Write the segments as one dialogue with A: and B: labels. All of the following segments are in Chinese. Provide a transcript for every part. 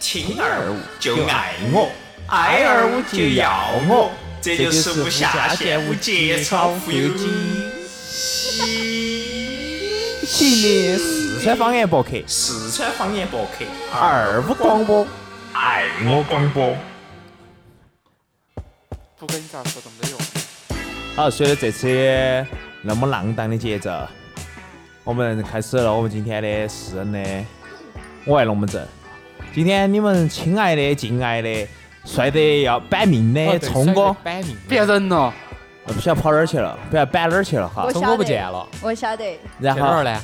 A: 听二五就爱
B: 我
A: 我，爱二五
B: 就
A: 就
B: 要
A: 要
B: 我
A: 我，这就是无下限、无节操、无有极。
B: 系列四川方言博客
A: 四川方言博客，
B: 二五广播，
A: 爱我广播。
C: 不跟你咋说这么多哟？
B: 好，随着这次那么浪荡的节奏，我们开始了我们今天的私人的我爱龙门阵。今天你们亲爱的、敬爱的、帅得要板命
D: 哦哎
B: 的聪哥，
D: 摆明
C: 别人了，
B: 呃不晓得跑哪儿去了，不晓得摆哪儿去了哈
E: 我。
D: 聪哥不见了，
E: 我晓得，
B: 然
D: 去哪儿
B: 后，
D: 呢？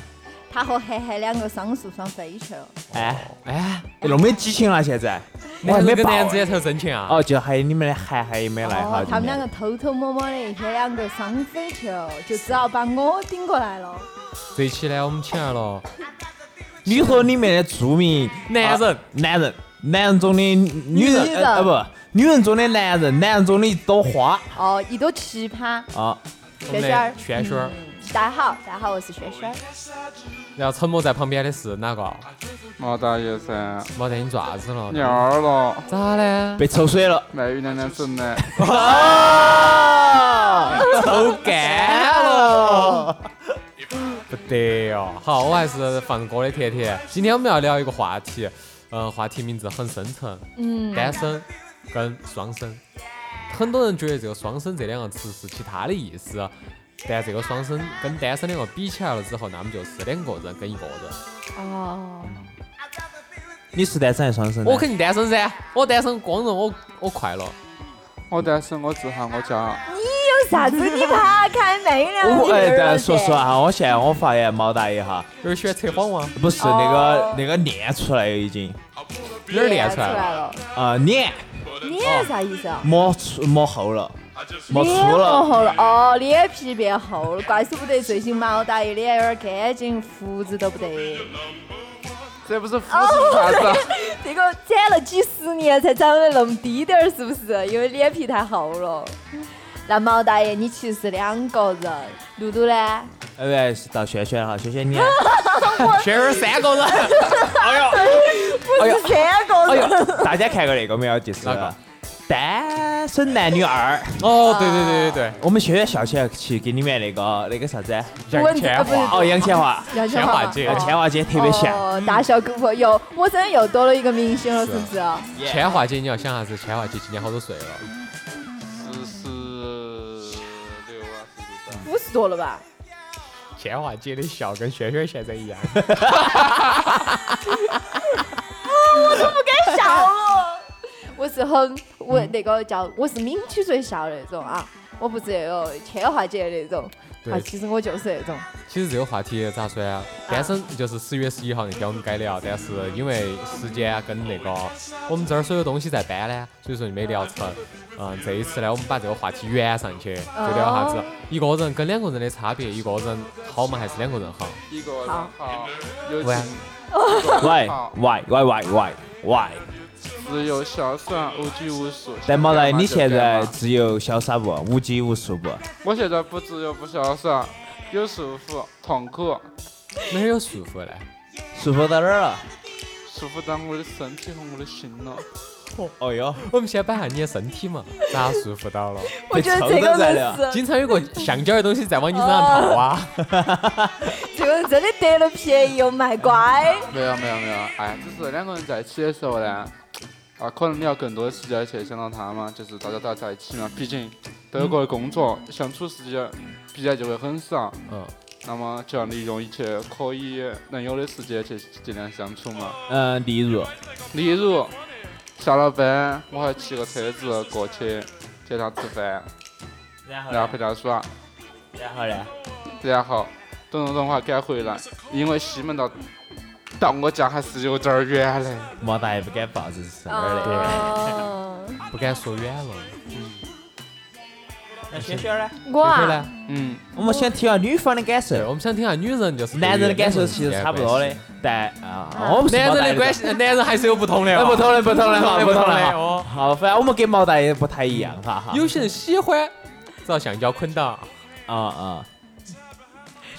E: 他和涵涵两个双宿双飞去了。
B: 哎，
D: 哎，
B: 那么激情了现在，我还
D: 你
B: 没
D: 是跟
B: 报
D: 男子
B: 哎
D: 也投真情啊？
B: 哦，就还有你们的韩寒也没来哈。
E: 哦，他
B: 今
E: 们两
B: 天
E: 个偷偷摸摸的，他两个双飞去了，就只好把我顶过来了。
D: 这一期呢，我们请来了
B: 女河里面的著名
D: 男人
B: 啊男人，男人中的女人，
E: 女人
B: 呃呃不，女人中的男人，男人中的一朵花
E: 哦，一朵奇葩，
B: 啊！
D: 我
E: 轩
D: 们
E: 轩儿嗯
D: 的，轩轩儿，
E: 大家好，大家好，我是轩轩儿。
D: 然后沉默在旁边的是哪个？
C: 毛大爷噻，
D: 没得你做啥子了？
C: 鸟儿了，
D: 咋呢？
B: 被抽水了，
C: 卖鱼娘娘子呢？
E: 哦
B: 啊，抽干了，
D: 不得哦哟！好，我还是放歌的甜甜。今天我们要聊一个话题，嗯，话题名字很深沉，
E: 嗯，
D: 单身跟双生。很多人觉得这个“双生”这两个词是其他的意思，但这个“双生”跟“单身”两个比起来了之后，那么就是两个人跟一个人。
E: 哦，
B: 你是单身还是双身呢？
D: 我肯定单身噻，我单身光荣，我我快乐。
C: 我单身，我自豪，我骄傲。
E: 有啥子你爬开没了？
B: 我
E: 你
B: 哎，
E: 这儿
B: 但
E: 了
B: 说
E: 噻
B: 实话，啊，我现在我发现毛大爷哈，
D: 有点喜欢扯谎吗？
B: 不是那个
E: 哦
B: 那个练出来已经
D: 有点练
E: 练
D: 出
E: 出
D: 来了。
E: 来了。
B: 啊，脸
E: 脸啥意思啊？
B: 磨出磨厚了，磨粗
E: 脸磨
B: 了，
E: 厚了，哦，脸皮变厚了，怪不得最近毛大爷脸有点干净，胡子都不得。
C: 这不是服是啥子啊？
E: 这个攒了几十年才长得那么低点儿，是不是？因为脸皮太厚了。那毛大爷，你其实是两个人，露露呢？
B: 哎，是到轩轩哈，轩轩你啊 呢。
D: 轩儿三个人，
E: 不是三个
B: 哎
E: 人，
B: 呦，大家看过那个没有？就是
D: 哪个
B: 《单身男女二》，
D: 哦，对对对对
B: 我们轩轩笑起来去给里面那个那个啥子？
D: 对，
E: 蚊
D: 杨
E: 子
D: 千
E: 啊
D: 嬅，
B: 哦， 杨千嬅，
E: 杨千嬅
D: 千嬅姐
B: 杨千嬅姐特别像。
E: 哦，大小姑婆又，我真的又多了一个明星了，是不是？
B: 啊
D: 千嬅姐，你要想啥子？千嬅姐今年好多岁了？
C: 十十六啊，十六啊。
E: 五十多了吧？
D: 千嬅姐的笑跟轩轩现在一样。
E: 该笑了。 我是很我那个叫我是抿起嘴笑那种啊，我不是那个千嬅姐那种，
D: 对
E: 啊，其实我就是那种。
D: 其实这个话题咋说呀？单身就是十月十一号那天我们该聊，但是因为时间啊跟那个我们这儿所有东西在搬呢，所以说就没聊成。嗯，这一次呢，我们把这个话题圆上去，就聊啥子
E: 哦
D: 一个人跟两个人的差别，一个人好嘛还是两个人好？
C: 一个人
E: 好
C: 好，有
D: 喂
C: 情
B: 喂
D: 哦
C: 好
B: 喂喂喂喂喂！
C: 自由潇洒，无拘无束。
B: 但毛大爷，
C: 想干嘛
B: 你
C: 就
B: 现
C: 干
B: 在
C: 嘛
B: 自由潇洒不？无拘无束不？
C: 我现在不自由，不潇洒，有束缚，痛苦，
D: 哪有束缚呢？
B: 束缚到哪儿了？
C: 束缚到我的身体和我的心了。
B: 哦哟，
D: 我们先摆下你的身体嘛，咋束缚到了？
E: 我觉得
B: 被抽
E: 这个
B: 到在啊
E: 人
B: 了
E: 是
D: 经常有个橡胶的东西在往你身上套啊！
E: 这个人真的得了便宜又卖 乖。
C: 没有没有没有，哎，就是两个人在一起的时候呢，啊，可能你要更多的时间去想到他嘛，就是大家都要在一起嘛，毕竟都有个工作，相处时间必然就会很少，
D: 嗯，
C: 那么就要利用一切可以能有的时间去尽量相处嘛。
B: 嗯，例如，
C: 例如，下了班我还骑个车子过去接他吃饭，
B: 然
C: 然后陪他耍，
B: 然后呢？
C: 然后等等等我还赶回来，因为西门到到我家还是有点儿远嘞。
B: 毛大爷不敢报，这是哪儿的？
E: 哦，
D: 不敢说远了。
B: 那轩轩呢？
E: 我
D: 菲菲
E: 啊，
D: 呢？
C: 嗯，
B: 我们想听下女方的感
D: 对，
B: 受，
D: 我们想听下女人就是
B: 男人的感受
D: 对于
B: 其实
D: 两个人
B: 差不多
D: 之
B: 的
D: 间，
B: 但啊，
E: 啊
B: 我们是
D: 男
B: 毛
D: 人
B: 大爷
D: 的关系，男人还是有不同的
B: 哎，
D: 哦。
B: 不同 的，不同 的哈，不同的哈。
D: 哦。
B: 好，反正我们跟毛大爷不太一样 哈哈。
D: 有些人喜欢遭橡胶捆到，
B: 啊啊，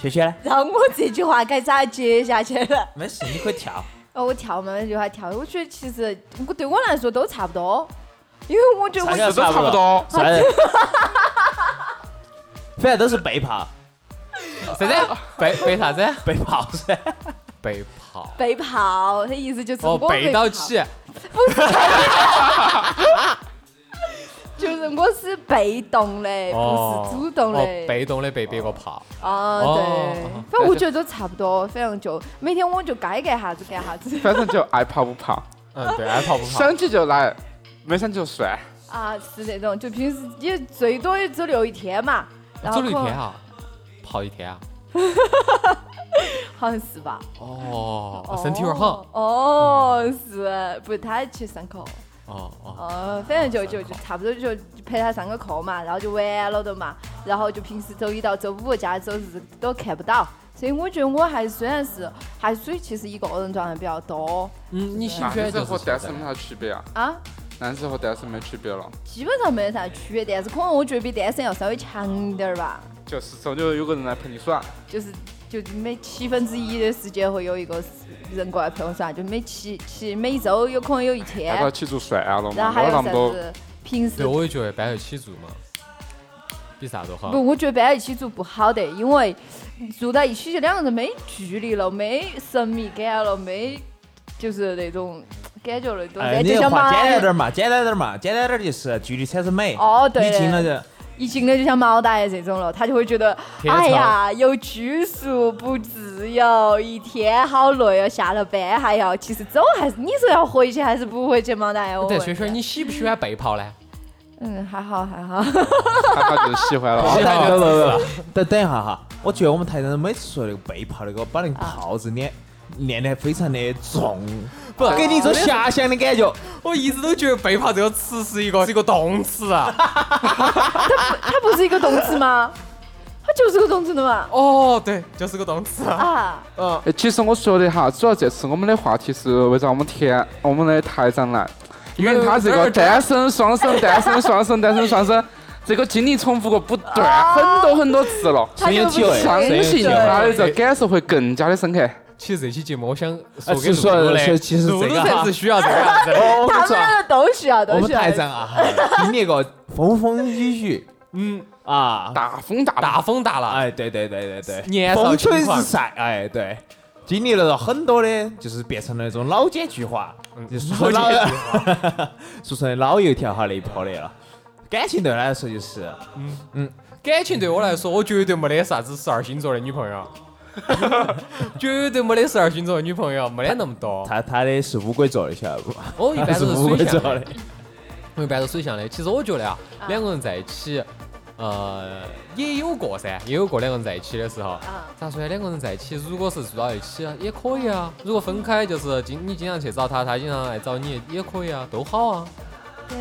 B: 轩轩呢？
E: 让我这句话该咋接下去了？
B: 没事，你可以跳。
E: 哦，我跳嘛，那句话跳，我觉得其实我对我来说都差不多，因为我觉得我
B: 啥叫
C: 这都差不多。
B: 啥人？ 反正都是被泡，
D: 啥子？被被啥子？
B: 被泡噻。
D: 被 泡。
E: 被泡，他意思就是
D: 哦
E: 我，
D: 被到
E: 泡
D: 起，
E: 就是我是被动的，
D: 哦，
E: 不是主动的。
D: 哦，被动的被别个泡。
E: 哦，对
D: 哦，
E: 反正我觉得都差不多，反正就每天我就该干啥子干啥子
C: 反正就爱泡不泡，
D: 嗯，对，爱泡不泡。
C: 想起就来，没想起就算。
E: 啊，是这种，就平时也最多也只留一天嘛， 然后
D: 走了
E: 可
D: 一
E: 能
D: 天啊，泡一天啊。
E: 好像是吧？
D: 哦，身体有点好。
E: 哦，
D: 嗯
E: 是，不是他去上课，
D: 哦哦，
E: 哦，反正就就
D: 上
E: 就
D: 课
E: 差不多就就陪他上个课嘛，然后就完了的嘛，然后就平时周一到周五假周日都看不到，所以我觉得我还虽然是还属于其实一个人状态比较多
D: 嗯，你喜
C: 男
D: 欢就
C: 生
D: 是
C: 和
D: 现
C: 单
D: 在
C: 身没啥区别啊，
E: 啊，
C: 男生和单身没区别了，
E: 基本上没得啥区别，但是可能我觉得比单身要稍微强点儿吧，
C: 就是终究有个人来陪你啊耍。
E: 就是就每七分之一的时间会有一个人过来陪我耍，就每七七每一周有可能有一天
C: 大，家起住算了
E: 然后
C: 嘛，
E: 还
C: 没
E: 有
C: 有那
E: 啥
C: 么多。
E: 子平时
D: 对，我也觉得搬到起住嘛，比啥都好。
E: 不，我觉得搬一起住不好的，因为住到一起就两个人没距离了，没神秘感了，没就是那种感觉那种
B: 哎，
E: 噻，
B: 你
E: 就像
B: 话
E: 毛
B: 简单点儿嘛，简单点儿嘛，简单点儿就是距离产生美。
E: 哦对
B: 你听了就
E: 一进来就像毛大爷这种了，他就会觉得
D: 天
E: 哎
D: 朝
E: 呀有拘束不自由，一天好累哦，下了班还要其实走还是你说要回去还是不回去毛大爷？我
D: 对，
E: 问
D: 轩轩，你喜不喜欢被泡呢？
E: 嗯还好还好，
C: 他怕 就是喜欢了
B: 等
C: 啊。
B: 等等 等等一下哈，我觉得我们台上每次说那个被泡那个，把那个泡字念念得非常的重，
D: 不
B: 给你一种遐想的感觉。
D: 我一直都觉得“被泡”这个词是一个是一个动词啊。
E: 它不是一个动词吗？它就是个动词的嘛
D: 哦，对，就是个动词啊。
E: 啊！
D: 嗯，
C: 哎，其实我说的哈，主要这次我们的话题是围绕我们田我们的台长来，因为他这个单身、双 生、单身、双生、单身、双生，这个经历重复过不断很多很多次了。
E: 它就
B: 有
E: 不
B: 机会
E: 是
D: 啊
C: 相信他的
D: 对
C: 这感受会更加的深刻。
D: 其实这期节目我想啊说
B: 呃
D: 给
B: 是
D: 露
B: 说
D: 露
B: 其
D: 的，
B: 实其实
D: 露
B: 这
D: 露
B: 个
D: 才
B: 哈
D: 是需要这样子的。
B: 哦，我跟
E: 他
B: 你
E: 们
B: 说啊。
E: 两个都需要，
B: 我
E: 都
B: 们
E: 需要
B: 台。长啊，经历过风风雨雨，嗯啊，
C: 大风大浪，
D: 大风大浪，
B: 哎，对对对对对，
D: 年少
B: 风
D: 轻
B: 吹
D: 狂
B: 日晒，哎，对，经历了很多的，就是变成了那种老奸巨猾，就俗称老， 俗称的老油条哈那一波的了。感情对他来说就是，
D: 感情对我来说，我绝对没得啥子十二星座的女朋友， 绝对没得十二星座的女朋友，没得那么多。
B: 他他的是乌龟座的，晓得不？
D: 我一般
B: 他是
D: 都
B: 乌龟
D: 是水
B: 座
D: 象
B: 的
D: 的，，我一般都是水象的。其实我觉得啊，两个人在一起，呃，也有过噻，也有过两个人在一起的时候。
E: 啊
D: 咋说呢？两个人在一起，如果是住到一起啊，也可以啊。如果分开，就是经你经常去找他，他经常来找你，也可以啊，都好啊。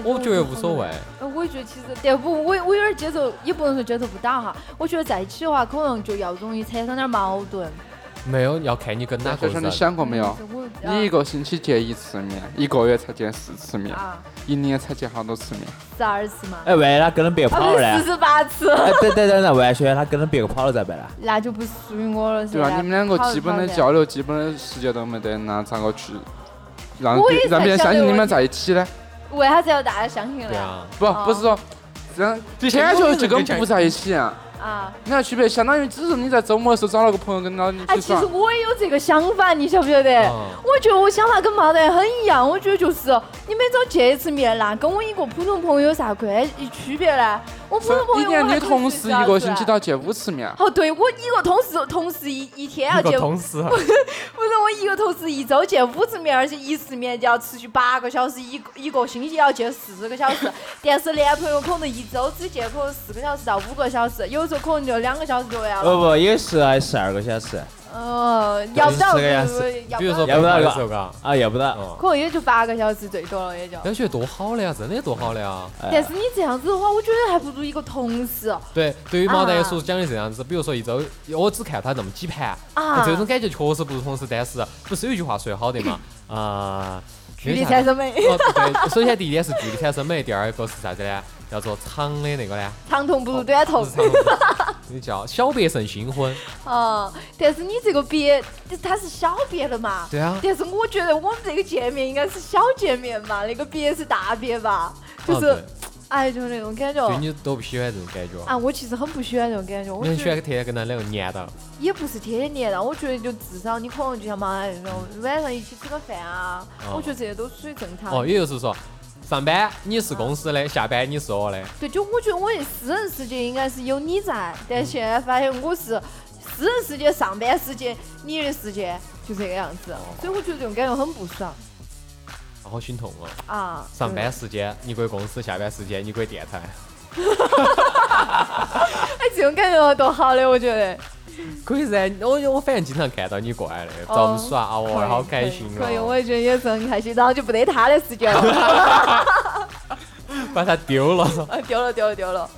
D: 我觉得无所谓。
E: 呃我也觉得其实，但不，我我有点接受，也不能说接受不到哈。我觉得在一起的话，可能就要容易产生点矛盾。
D: 没有，要看你跟哪个
C: 小小，
D: 人
C: 你。想过没有？
E: 我啊
C: 你一个星期见一次面，一个月才见四次面，
E: 啊，
C: 一年才见好多次面。
E: 十二次嘛，
B: 哎，万一他跟着别个
E: 啊
B: 跑
E: 不
B: 了
E: 是
B: 呢
E: 四？十八次，
B: 哎，等等等等，万一他跟着别个跑了咋办呢？
E: 那就不属于我了，是
C: 对
E: 吧？
C: 啊，你们两个
E: 跑着
C: 基本的
E: 跑着
C: 交流、基本的时间都没得，那咋个去让
E: 我也
C: 让别人
E: 在想
C: 相
E: 这
C: 信
E: 个
C: 你
E: 问
C: 们
E: 题
C: 在一起呢？
E: 为啥子要大家相信
D: 对
E: 呢？
D: 啊，
C: 不
E: 哦，
C: 不是说这样
D: 前
C: 天就
D: 面
C: 就
D: 跟
C: 跟
D: 前
C: 不在一起啊。
E: 啊，
C: 你看区别，相当于只是你在周末的时候找了个朋友跟到你
E: 哎，
C: 去
E: 其
C: 耍
E: 实。我也有这个想法，你晓不晓得？
D: 嗯
E: 我觉得我想法跟毛蛋很一样，我觉得就是你每周见一次面，那跟我一个普通朋友有啥关系区别呢？我普通朋
C: 一
E: 友，
C: 年
E: 我还
C: 你
E: 可以
C: 同
E: 去啊
C: 事
E: 找
C: 一个
E: 出
C: 星期
E: 来
C: 都要见五次面，啊
E: 哦，对我一个同事，同事一一天 要
D: 一
E: 见
D: 个，同事，啊
E: 不是我一个同事一周见五次面，而且一次面就要持续八个小时，一个一个星期要见四个小时。但是男朋友可能一周只见可能四个小时到五个小时，有时候可能就两个小时就完
B: 不
E: 了。
B: 哦不，也是还十二个小时
E: 呃，要不到，
B: 就是这个样子
E: 要
D: 比
E: 不
D: 如说
E: 到，
B: 要不
D: 分
B: 然
D: 开的
B: 个
D: 时候，嘎，
B: 啊，要不然，
D: 嗯，
E: 可能也就八个小时最多了，也就。
D: 感觉多好的呀，真的多好的呀。
B: 哎
E: 但是你这样子的话，我觉得还不如一个同事。
D: 对，对于毛大
E: 啊
D: 爷所讲的这样子，比如说一周，我只看他那么几盘，
E: 啊
D: 这种感觉确实不是同事，但是不是有一句话说得好的 嘛？啊，
E: 距离产
D: 生。
E: 生美，
D: 哦，对，首先第一点是距离产生美，第二个是啥子呢？叫做长的那个呢？
B: 哦
E: 长痛不如短
D: 不
E: 痛
D: 是。长的，你叫小别胜新婚。
E: 嗯，但是你这个别，它是小别了嘛？
D: 对啊
E: 但是我觉得我们这个见面应该是小见面吧，那个别是大别吧，就
D: 啊
E: 是，
D: 对
E: 哎，就是那种感觉。
D: 就你都不喜欢这种感觉，
E: 啊，我其实很不喜欢这种感觉，我
D: 你很喜
E: 觉
D: 欢
E: 得
D: 天天跟他两个黏到。
E: 也不是天天黏到，我觉得就至少你可能就像嘛那种晚上一起吃个饭啊，
D: 哦
E: 我觉得这些都属于正常。
D: 哦，也就是说，上班你是公司的，下班你是我的。
E: 对，就我觉得我的私人时间应该是有你在，但现在发现我是私人时间、上班时间、你的时间，就这个样子，所以我觉得这种感觉很不爽
D: 啊好心痛哦！
E: 啊。
D: 上班
E: 对，
D: 时间你归公司，下班时间你归电台，
E: 哎，这种感觉多好的，我觉得。
D: 可以噻。我我反正经常看到你过来的，找我们耍啊，
E: 哦可
D: 玩
E: 以
D: 儿好开心
E: 可以可以，我
D: 哦！
E: 也觉得也是很开心，然后就不得他的时间了，
D: 把它丢 了。
E: 哎丢了丢了丢了。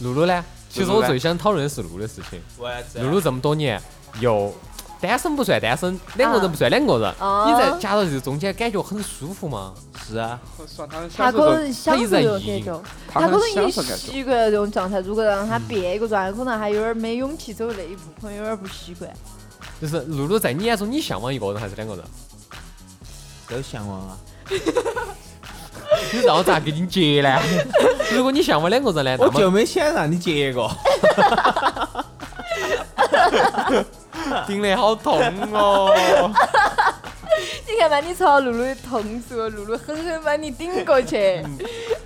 D: 露露呢？其实
C: 露露
D: 我
C: 呢啊
D: 最想讨论的是露露的事情。
B: 我子
D: 露露这么多年又单身不算单身，两个人不算两个人，
E: 啊
D: 你在夹到这中间感觉很舒服吗？
B: 是啊，
C: 算他能
E: 他
C: 享受
E: 可
C: 这种，
E: 能享受这种感觉，
C: 他
E: 可
C: 很
E: 能已经
C: 享受感觉。
E: 习惯了这种状态。如果让他变一个状态，可能还有点没勇气走那一步，可能有点不习惯。
D: 就是露露在你眼中，你向往一个人还是两个人？
B: 都向往啊。
D: 你让我咋给你结 呢？如果你向往两个人呢，
B: 我
D: 那
B: 就
D: 么
B: 没想让你结一个，
D: 顶得好痛哦！
E: 你看把你朝露露的痛处，露露狠狠把你顶过去。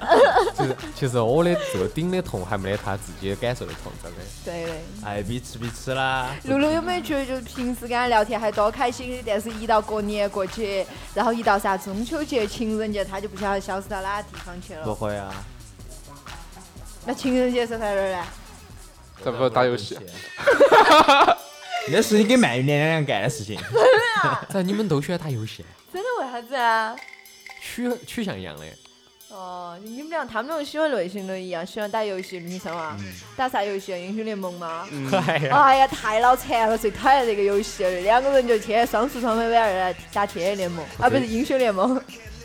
D: 其实其实我的这个顶的痛还没得他自己感受的痛，真的。
E: 对的。
B: 哎，彼此彼此啦。
E: 露露有没有觉得，就是平时跟他聊天还多开心的，但是一到过年过节，然后一到啥中秋节、情人节，他就不晓得消失到哪个地方去
B: 不
E: 了。
B: 会啊，
E: 那情人节是在哪儿啊呢？
C: 在不打游戏，
B: 那是你跟卖鱼娘娘干的事 情。
D: 咋你们都喜欢打游戏？
E: 真的为啥子啊？
D: 取取向一样的，
E: 哦，你们俩他们那种喜欢类型都一样，喜欢打游戏，女生啊，打啥游戏？英雄联盟吗？
D: 哎呀，
E: 哎呀，太脑残了，最讨厌这个游戏了。两个人就天天双宿双飞玩儿打天天联盟啊，不是英雄联盟。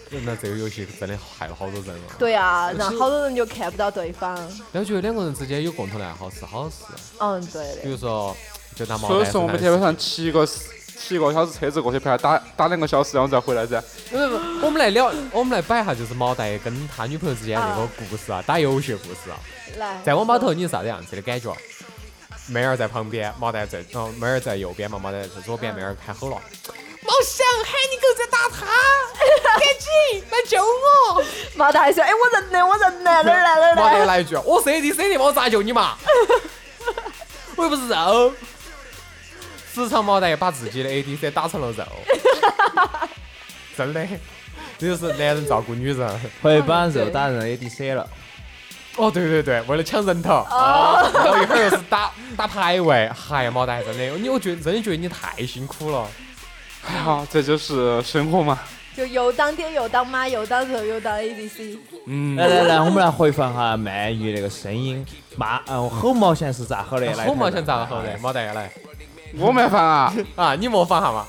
D: 那这个游戏真的害了好多人啊。
E: 对啊，然后好多人就看不到对方。
D: 但我觉得两个人之间有共同的爱好是好事，啊
E: 嗯，
D: 比
E: 对
D: 如说就拿毛
C: 所以
D: 蛋
C: 说我
D: 生蛋
C: 每天晚上
D: 事
C: 骑个骑个小时车子过去陪他打打两个小时，然后再回来噻。
D: 情，不不不我们来聊，我们来摆一下就是毛蛋跟他女朋友之间那个故事啊，打游戏的故事啊。
E: 的，来。
D: 在网吧头你是啥子样子的感觉？妹儿在旁边，毛蛋在，哦，妹儿在右边嘛，毛蛋在左边，妹儿喊吼了，
E: 好想喊你狗在打 他，赶紧来救 我！毛大还说：“哎，我人呢？我人呢？哪儿来哪儿
D: 毛蛋又
E: 来？
D: 来一句，我 CD CD 我咋救你嘛？我又不是肉。时常毛蛋又把自己的 ADC 打成了肉，真的，这就是男人照顾女人。
B: 会把肉打人 ADC 了，
D: 哦，对对对，为了抢人头，然后一会儿又是打打排位，嗨，毛蛋真的，你我觉得真的觉得你太辛苦了。
C: 哎呀，这就是生活嘛。
E: 就又当爹又当妈又当肉又当 ADC。
C: 嗯，
B: 来来来，我们来回放哈鳗鱼那个声音，骂嗯吼毛线是咋吼的？来
D: 吼毛线咋吼的？？毛蛋要来。
C: 我没办 啊，
D: 啊，你模仿下嘛。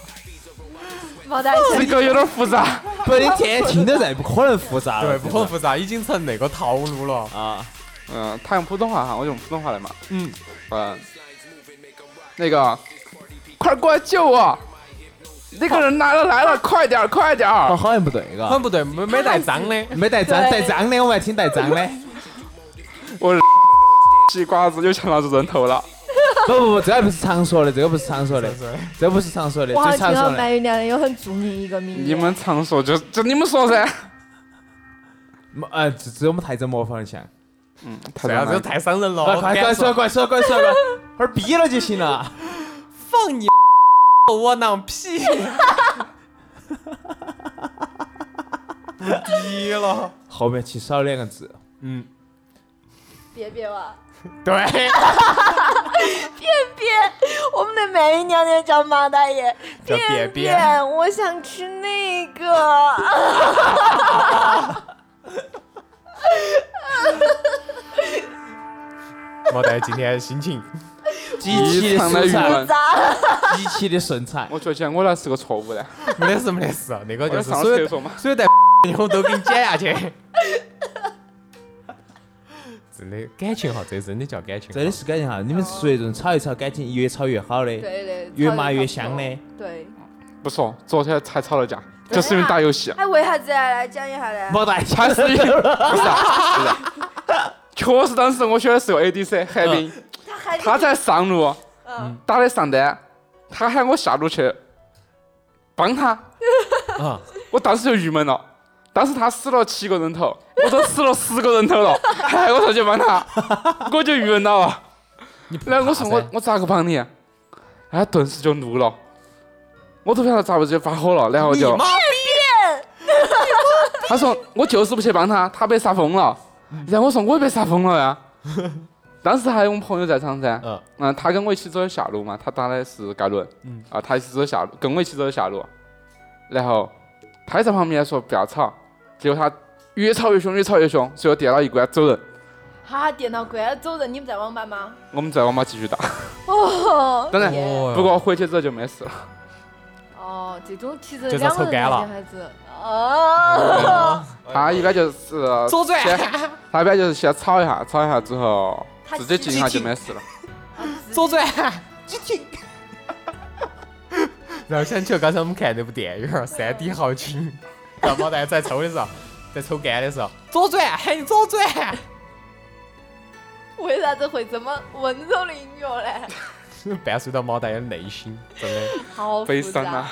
E: 毛大说
C: 这个有点复杂。
B: 不，你天天听都在，不可能复杂
D: 对，
B: 了。
D: 不可复杂，已经成那个套路了。
B: 啊，
C: 嗯，他用普通话哈，我用普通话来嘛。
D: 嗯，
C: 嗯，那个，快过来救我！那个人来了来了，快点儿快点儿！
B: 哦，好像不对，嘎
D: 很，不对，没没带脏的。
B: 没带脏，
E: 对
B: 带脏的，我们来听带脏的。
C: 我西瓜子又抢到人头了。
B: 不不不，这个不是常说的，这个不是常说的，这不是常说的，
E: 我好
B: 最
E: 像
B: 常
E: 听到
B: 说的。
E: 鳗鱼娘娘有很著名一个名言。
C: 你们常说就就你们说噻。
B: 呃，只只有我们台州模仿一下。
C: 嗯，太
D: 这样
C: 难
D: 子
C: 了
D: 太伤人
B: 快
D: 了。
B: 快快说快说快说快，会儿逼了就行了。
D: 放你窝囊屁！不低了。
B: 后面起少两个字，
D: 嗯，
E: 别别哇！
D: 对，
E: 别，我们的鳗鱼娘娘叫毛大爷。
D: 叫
E: 便
D: 便便
E: 便，我想吃那
C: 嗯
E: 个。
D: 毛蛋今天心情
B: 极其的
C: 藏了
B: 顺
C: 语
B: 畅，
C: 文，
E: 咋？
B: 极其的顺畅。
C: 我觉得今天我那是个错误的。
D: 没得事没得事，啊那个
C: 我
D: 就
C: 要
D: 是
C: 上
D: 所有
C: 厕所嘛
D: 所有带我都给你剪下去。真的感情哈，这真的叫感情哈。
B: 真的是感情哈，你们是属于这种炒一炒感情，越炒越好的，
E: 对的，
B: 越
E: 吵得
B: 麻
E: 差不
B: 越
E: 多
B: 香的。
E: 对，
C: 不说，昨天才吵了架，
E: 对
C: 就是因为
E: 呀
C: 打游戏，
E: 哎，为啥子啊？来讲一下呢？
B: 莫大家
C: 还是因不是啊，不是啊， 确实当时我选的是个 ADC 海滨，
E: 他还
C: 他在上路
E: 嗯，
C: 打的上单，他喊我下路去帮他，
D: 啊，
C: 我当时就郁闷了。当时他死了七个人头，我都死了十个人头 了，还喊我上去帮他，我就郁闷到了。
D: 你不
C: 然后我说
D: 怕
C: 我
D: 噻
C: 我咋个帮你？哎，顿时就怒了，我都不晓得咋回事就发火了，然后就 他说我就是不去帮他，他被杀疯了。然后我说我也被杀疯了呀。当时还有我们朋友在场噻，
D: 嗯
C: 嗯，他跟我一起走的下路嘛，他打的是盖伦，
D: 嗯
C: 啊，他一起走的下路，跟我一起走的下路，然后他也在旁边说不要吵，结果他越吵越凶，越吵越凶，最后电脑一关走人，
E: 他电脑关了走人，你们在网吧 吗？
C: 我们在网吧继续打，
E: 哦，
C: 当然
E: 天
D: 哦哟
C: 不过回去之后就没事了。
E: 哦，这种其实
D: 就是
E: 两个
D: 抽
E: 人
D: 干了
E: 之间还是
C: 嗯
E: 哦，
D: 哎
C: 他一般就是呃
D: 左转
C: 先，他一般就是先吵一下，吵一下之后
E: 他
C: 自己
E: 自己
C: 静一下就没事了。
D: 左转，然后想起了刚才我们看那部电影《三 D 豪情》，然后毛蛋在抽的时候，在抽干的时候，左转，喊你左 转，
E: 为啥子会这么温柔的音乐呢？
D: 伴随到毛蛋的内心，真的。
E: 好
C: 悲
E: 复
C: 伤
E: 杂
C: 啊。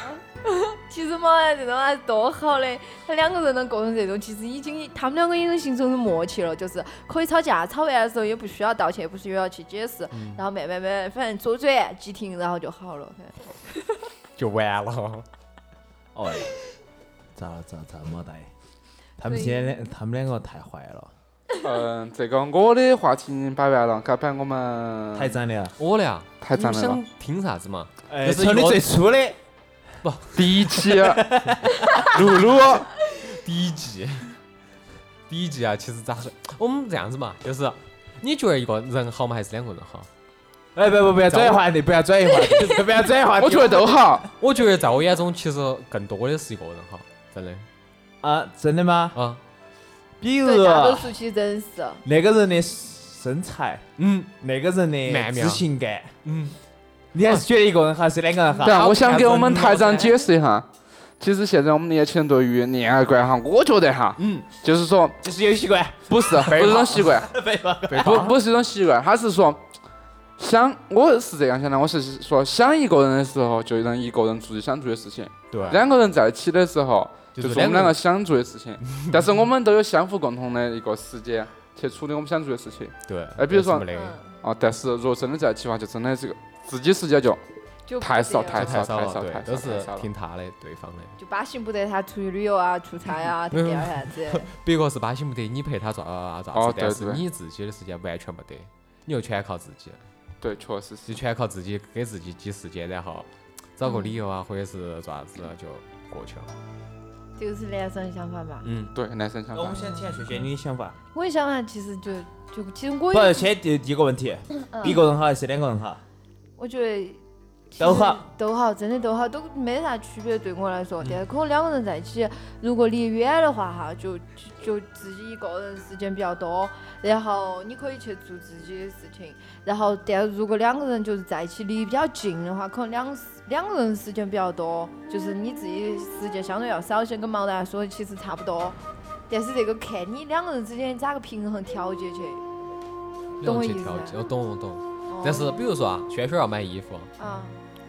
E: 其实嘛，这种还是多好的，他两个人能过成这种，其实已经他们两个已经形成默契了，就是可以吵架，吵啊完的时候也不需要道歉，也不需要去解释，
C: 嗯
E: 然后慢慢慢，反正左转急停，然后就好了。反正
D: 就完了。
B: 哦，咋咋咋莫大？他们今天两他们两个太坏了，
C: 嗯，这个我的话题已经摆完了，该摆我们
B: 太赞了！
D: 我的呀，
C: 太赞了吧
D: 你们想听啥子嘛？
B: 哎，
D: 就是
B: 从你
D: 我
B: 最初的
C: 第一期 露露，
D: 哦第一季，第一季啊，其实咋说？我们这样子嘛，就是你觉得一个人好吗？还是两个人好？
B: 哎，不不不要转移话题，不要转移话题，不要转移话题。
C: 我觉得都好。
D: 我觉得在我眼中，其实更多的是一个人好，真的
B: 啊，真的吗？
D: 啊，
B: 比
C: 啊
B: 如
E: 对，大多数其实真是，
B: 那个人的身材，
D: 嗯
B: 那个人的
D: 曼妙
B: 知情感，
D: 嗯，
B: 你还是觉得一个人好还是两个人好
C: 对？啊，我想给我们台长解释一下，其实现在我们年轻人对于恋爱观哈，我觉得哈，
D: 嗯，
C: 就是说
B: 就是有习惯，
C: 不是不是一种习惯，不不是一种习惯，他是说想我是这样想的，我是说想一个人的时候就能一个人做想做的事情，
D: 对，
C: 两个人在一起的时候
D: 就
C: 就是是我们
D: 两
C: 两
D: 个
C: 个
D: 人
C: 想做的事情， 但是我们都有相互共同的一个时间去处理我们想做的事情。
D: 对。
C: 哎比如说
D: 没得
E: 嗯，
C: 啊，但是如果真的在一起的话，就真的这个自己时间就
E: 就不
C: 太少
E: 这
D: 这
E: 样
C: 太
D: 太少
C: 太少
D: 了，对
C: 太，少
D: 都是
C: 太少了
D: 听他的，对方的。
E: 就巴心不得他出去旅游啊、出差 啊、
D: 嗯
E: 谈恋爱啥子的。
D: 别个是巴心不得你陪他咋咋咋
C: 哦
D: 子，但
C: 对
D: 是
C: 对
D: 你自己的时间完全没得，你又全靠自己。
C: 对，确
D: 就
C: 实。
D: 是全靠自己给自己挤时间，然后找个理由啊，或者是咋子就过去了。
E: 这个是男生的想法吧？
D: 嗯，
C: 对，男生想
B: 那我
C: 法
B: 们。先听下雪雪你的想 法。
E: 我的想法其实就就其实我
B: 不，
E: 也
B: 先第第一个问题，
E: 嗯
B: 一个人好还是两个人好？
E: 我觉得其实
B: 都好，
E: 都好，真的都好，都没啥区别对我来
B: 嗯
E: 说。但是可能两个人在一起，如果离远的话哈，就就就自己一个人时间比较多，然后你可以去做自己的事情。然后，但如果两个人就是在一起离比较近的话，可能两两个人时间比较多，就是你自己时间相对要少些，跟毛蛋说的其实差不多。但是这个看你两个人之间咋个平衡调节去。懂我
D: 去
E: 意思
D: 调
E: 啊
D: 节，我懂我懂。
E: 哦
D: 但是比如说啊，轩轩要买衣服，
E: 啊，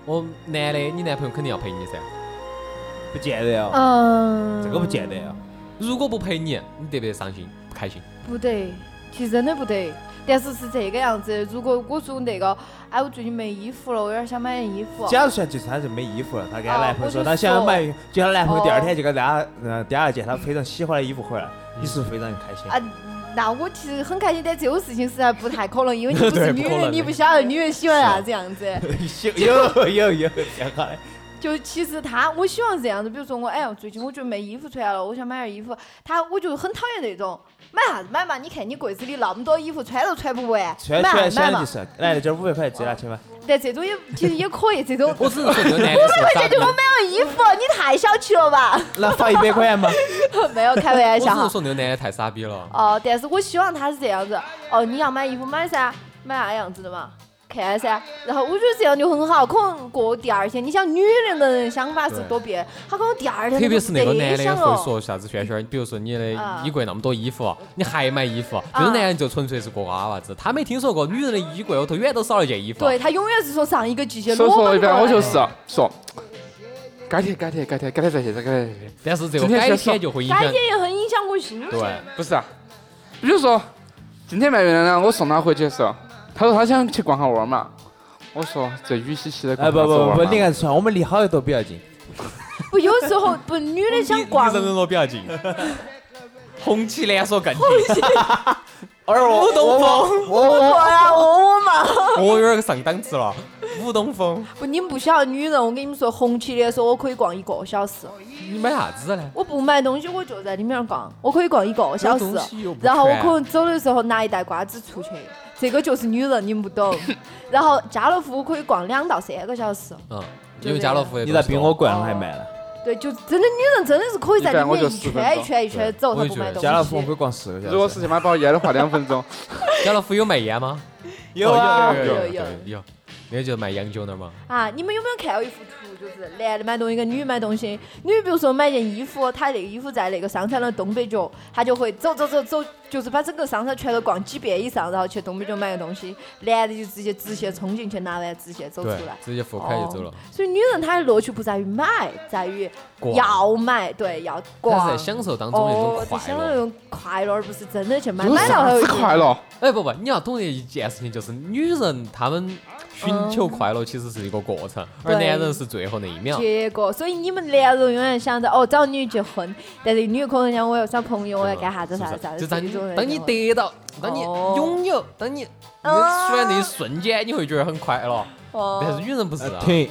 D: 我男的，你男朋友肯定要陪你噻。
B: 不见得哦，
E: 嗯，
B: 这个不见得哦。
D: 如果不陪你，你得不得伤心不开心？
E: 不得，其实真的不得。但是是这个样子，如果我说那个，哎，我最近没衣服了，我有点想买件衣服。
B: 假如说就是她就没衣服了，她跟她
E: 哦
B: 男朋友说
E: 我就
B: 她想
E: 说
B: 买，就她男朋友第二
E: 哦
B: 天就给她，嗯，第二件她非常喜欢的衣服回来，你是不是非常开心？
E: 啊，那我其实很开心，但这种事情实在不太可能，因为你不
D: 对
E: 是
D: 不
E: 女
D: 可能啊
E: 人，你
D: 的
E: 不晓得女人喜欢啥子样子。
B: 有有有，挺好的。
E: 就其实他，我希望是这样子，比如说我，哎，最近我觉得没衣服穿了，我想买件衣服。他，我就很讨厌那种买啥子买嘛，你看你柜子里那么多衣服，穿都穿不完，
B: 穿
E: 买
B: 出来
E: 啥子买
B: 想
E: 嘛
B: 就。是，来这儿五百块啊借拿 去吧。
E: 但这种也其实也可以，这种
D: 我 只是说这个男的是
E: 块
D: 傻
E: 钱
D: 逼
E: 就给我。买了衣服，你太小气了吧？
B: 那发一百块 嘛？
E: 没有开玩
D: 我只
E: 笑
D: 是
E: 哈。
D: 说那个男的太傻逼了。
E: 哦，但是我希望他是这样子，哦，你要买衣服买噻，买啥样子的嘛？看噻，然后我觉得这样就很好。可能过第二天，你想女人的想法是多变，她可能第二天
D: 特别是那个
E: 就
D: 男
E: 贼
D: 的
E: 想
D: 会
E: 了
D: 说啥子轩轩，比如说你
E: 啊
D: 的衣柜那么多衣服，你还买衣服，这种男人就纯粹是个瓜娃子，他没听说过女人的衣柜后头远都少了一件衣服。
E: 对他永远是从上一个季节
C: 所
E: 裸
C: 以说
E: 奔
C: 一
E: 过
C: 般
E: 来
C: 我就是说，改天改天改天改天再去，再改天再去。
D: 但是这个
C: 今天
D: 改
C: 先说
D: 天就会影响
E: 改。天也很影响我心 情。
D: 对，
C: 不是啊，比如说今天卖月亮，我送她回去的时候，她说她想去逛下沃尔玛，我说这雨兮兮的
B: 哎，
C: 逛
B: 不
C: 下子沃
B: 不
C: 尔
B: 不，
C: 玛
B: 你看，算我们离好一多比较近。
E: 不，有时候不，女的想逛
D: 离人人罗比较近， 红旗连锁更近。
B: 而我
D: 吴东风，
B: 我我
E: 啊，我我嘛，
D: 我有点上档次了。吴东风，
E: 不，你们不晓得女人，我跟你们说，红旗连锁我可以逛一个小时，
D: 你买啥子呢？
E: 我不买东西，我就在里面逛，我可以逛一个小时
D: 有东西又，不
E: 然后我
D: 穿
E: 可能走的时候拿一袋瓜子出去，这个就是女人，你们 不懂。然后家乐福可以逛两到三个小时，
D: 嗯，因为家乐福的
B: 你咋
D: 东西
B: 比
D: 多
B: 我逛
E: 哦
B: 得还慢呢？
E: 对，就真的女人真的是可以在里
C: 一般我
E: 面
C: 就
E: 一
C: 10
E: 圈一圈一圈走，她
D: 我也
E: 不买
D: 觉得
E: 东西。
B: 家乐福我可以逛四个
C: 如果
B: 小时。
C: 是
B: 哦
C: 去买包烟的话，两分钟。
D: 家乐福有卖烟吗？
B: 有
D: 啊
B: 啊，
E: 有有有
D: 有有，那个就是卖洋酒那儿嘛。
E: 啊，你们有没有看过一幅图，就是男的买东西跟女的买东西，女的比如说买件衣服，她那个衣服在那个商场的东北角，她就会走走走走，就是把整个商场全都逛几遍以上，然后去东北角买个东西，男的就直接直线冲进去拿完，直线走出
D: 对
E: 来，。
D: 直接付款就走了。
E: 所以女人她的乐趣不在于买，在于
D: 逛
E: 要买，对，要
D: 他是
E: 逛
D: 在。享受当中的那
E: 哦
D: 种，
E: 在
D: 快
E: 享受那
D: 乐。
E: 种快乐，而不是真的去买。
C: 有
E: 买了
C: 啥
E: 还有
C: 子快乐？
D: 哎，不不，你要懂得一件事情，就是女人她们寻求快乐其实是一个过程，而
E: 嗯对
D: 男人是最后那一秒。
E: 结果，所以你们男人永远想着哦找女结婚，但是女的可能想我要找朋友，我要干啥子啥
D: 是
E: 子啥
D: 不是
E: 子
D: 嗯就当
E: 这
D: 你
E: 种人结婚。
D: 当你得到，当你
E: 哦
D: 拥有，当你你
E: 啊
D: 出来那一瞬间，你会觉得很快乐。
E: 哦，
D: 但是女人不是 啊，
B: 停。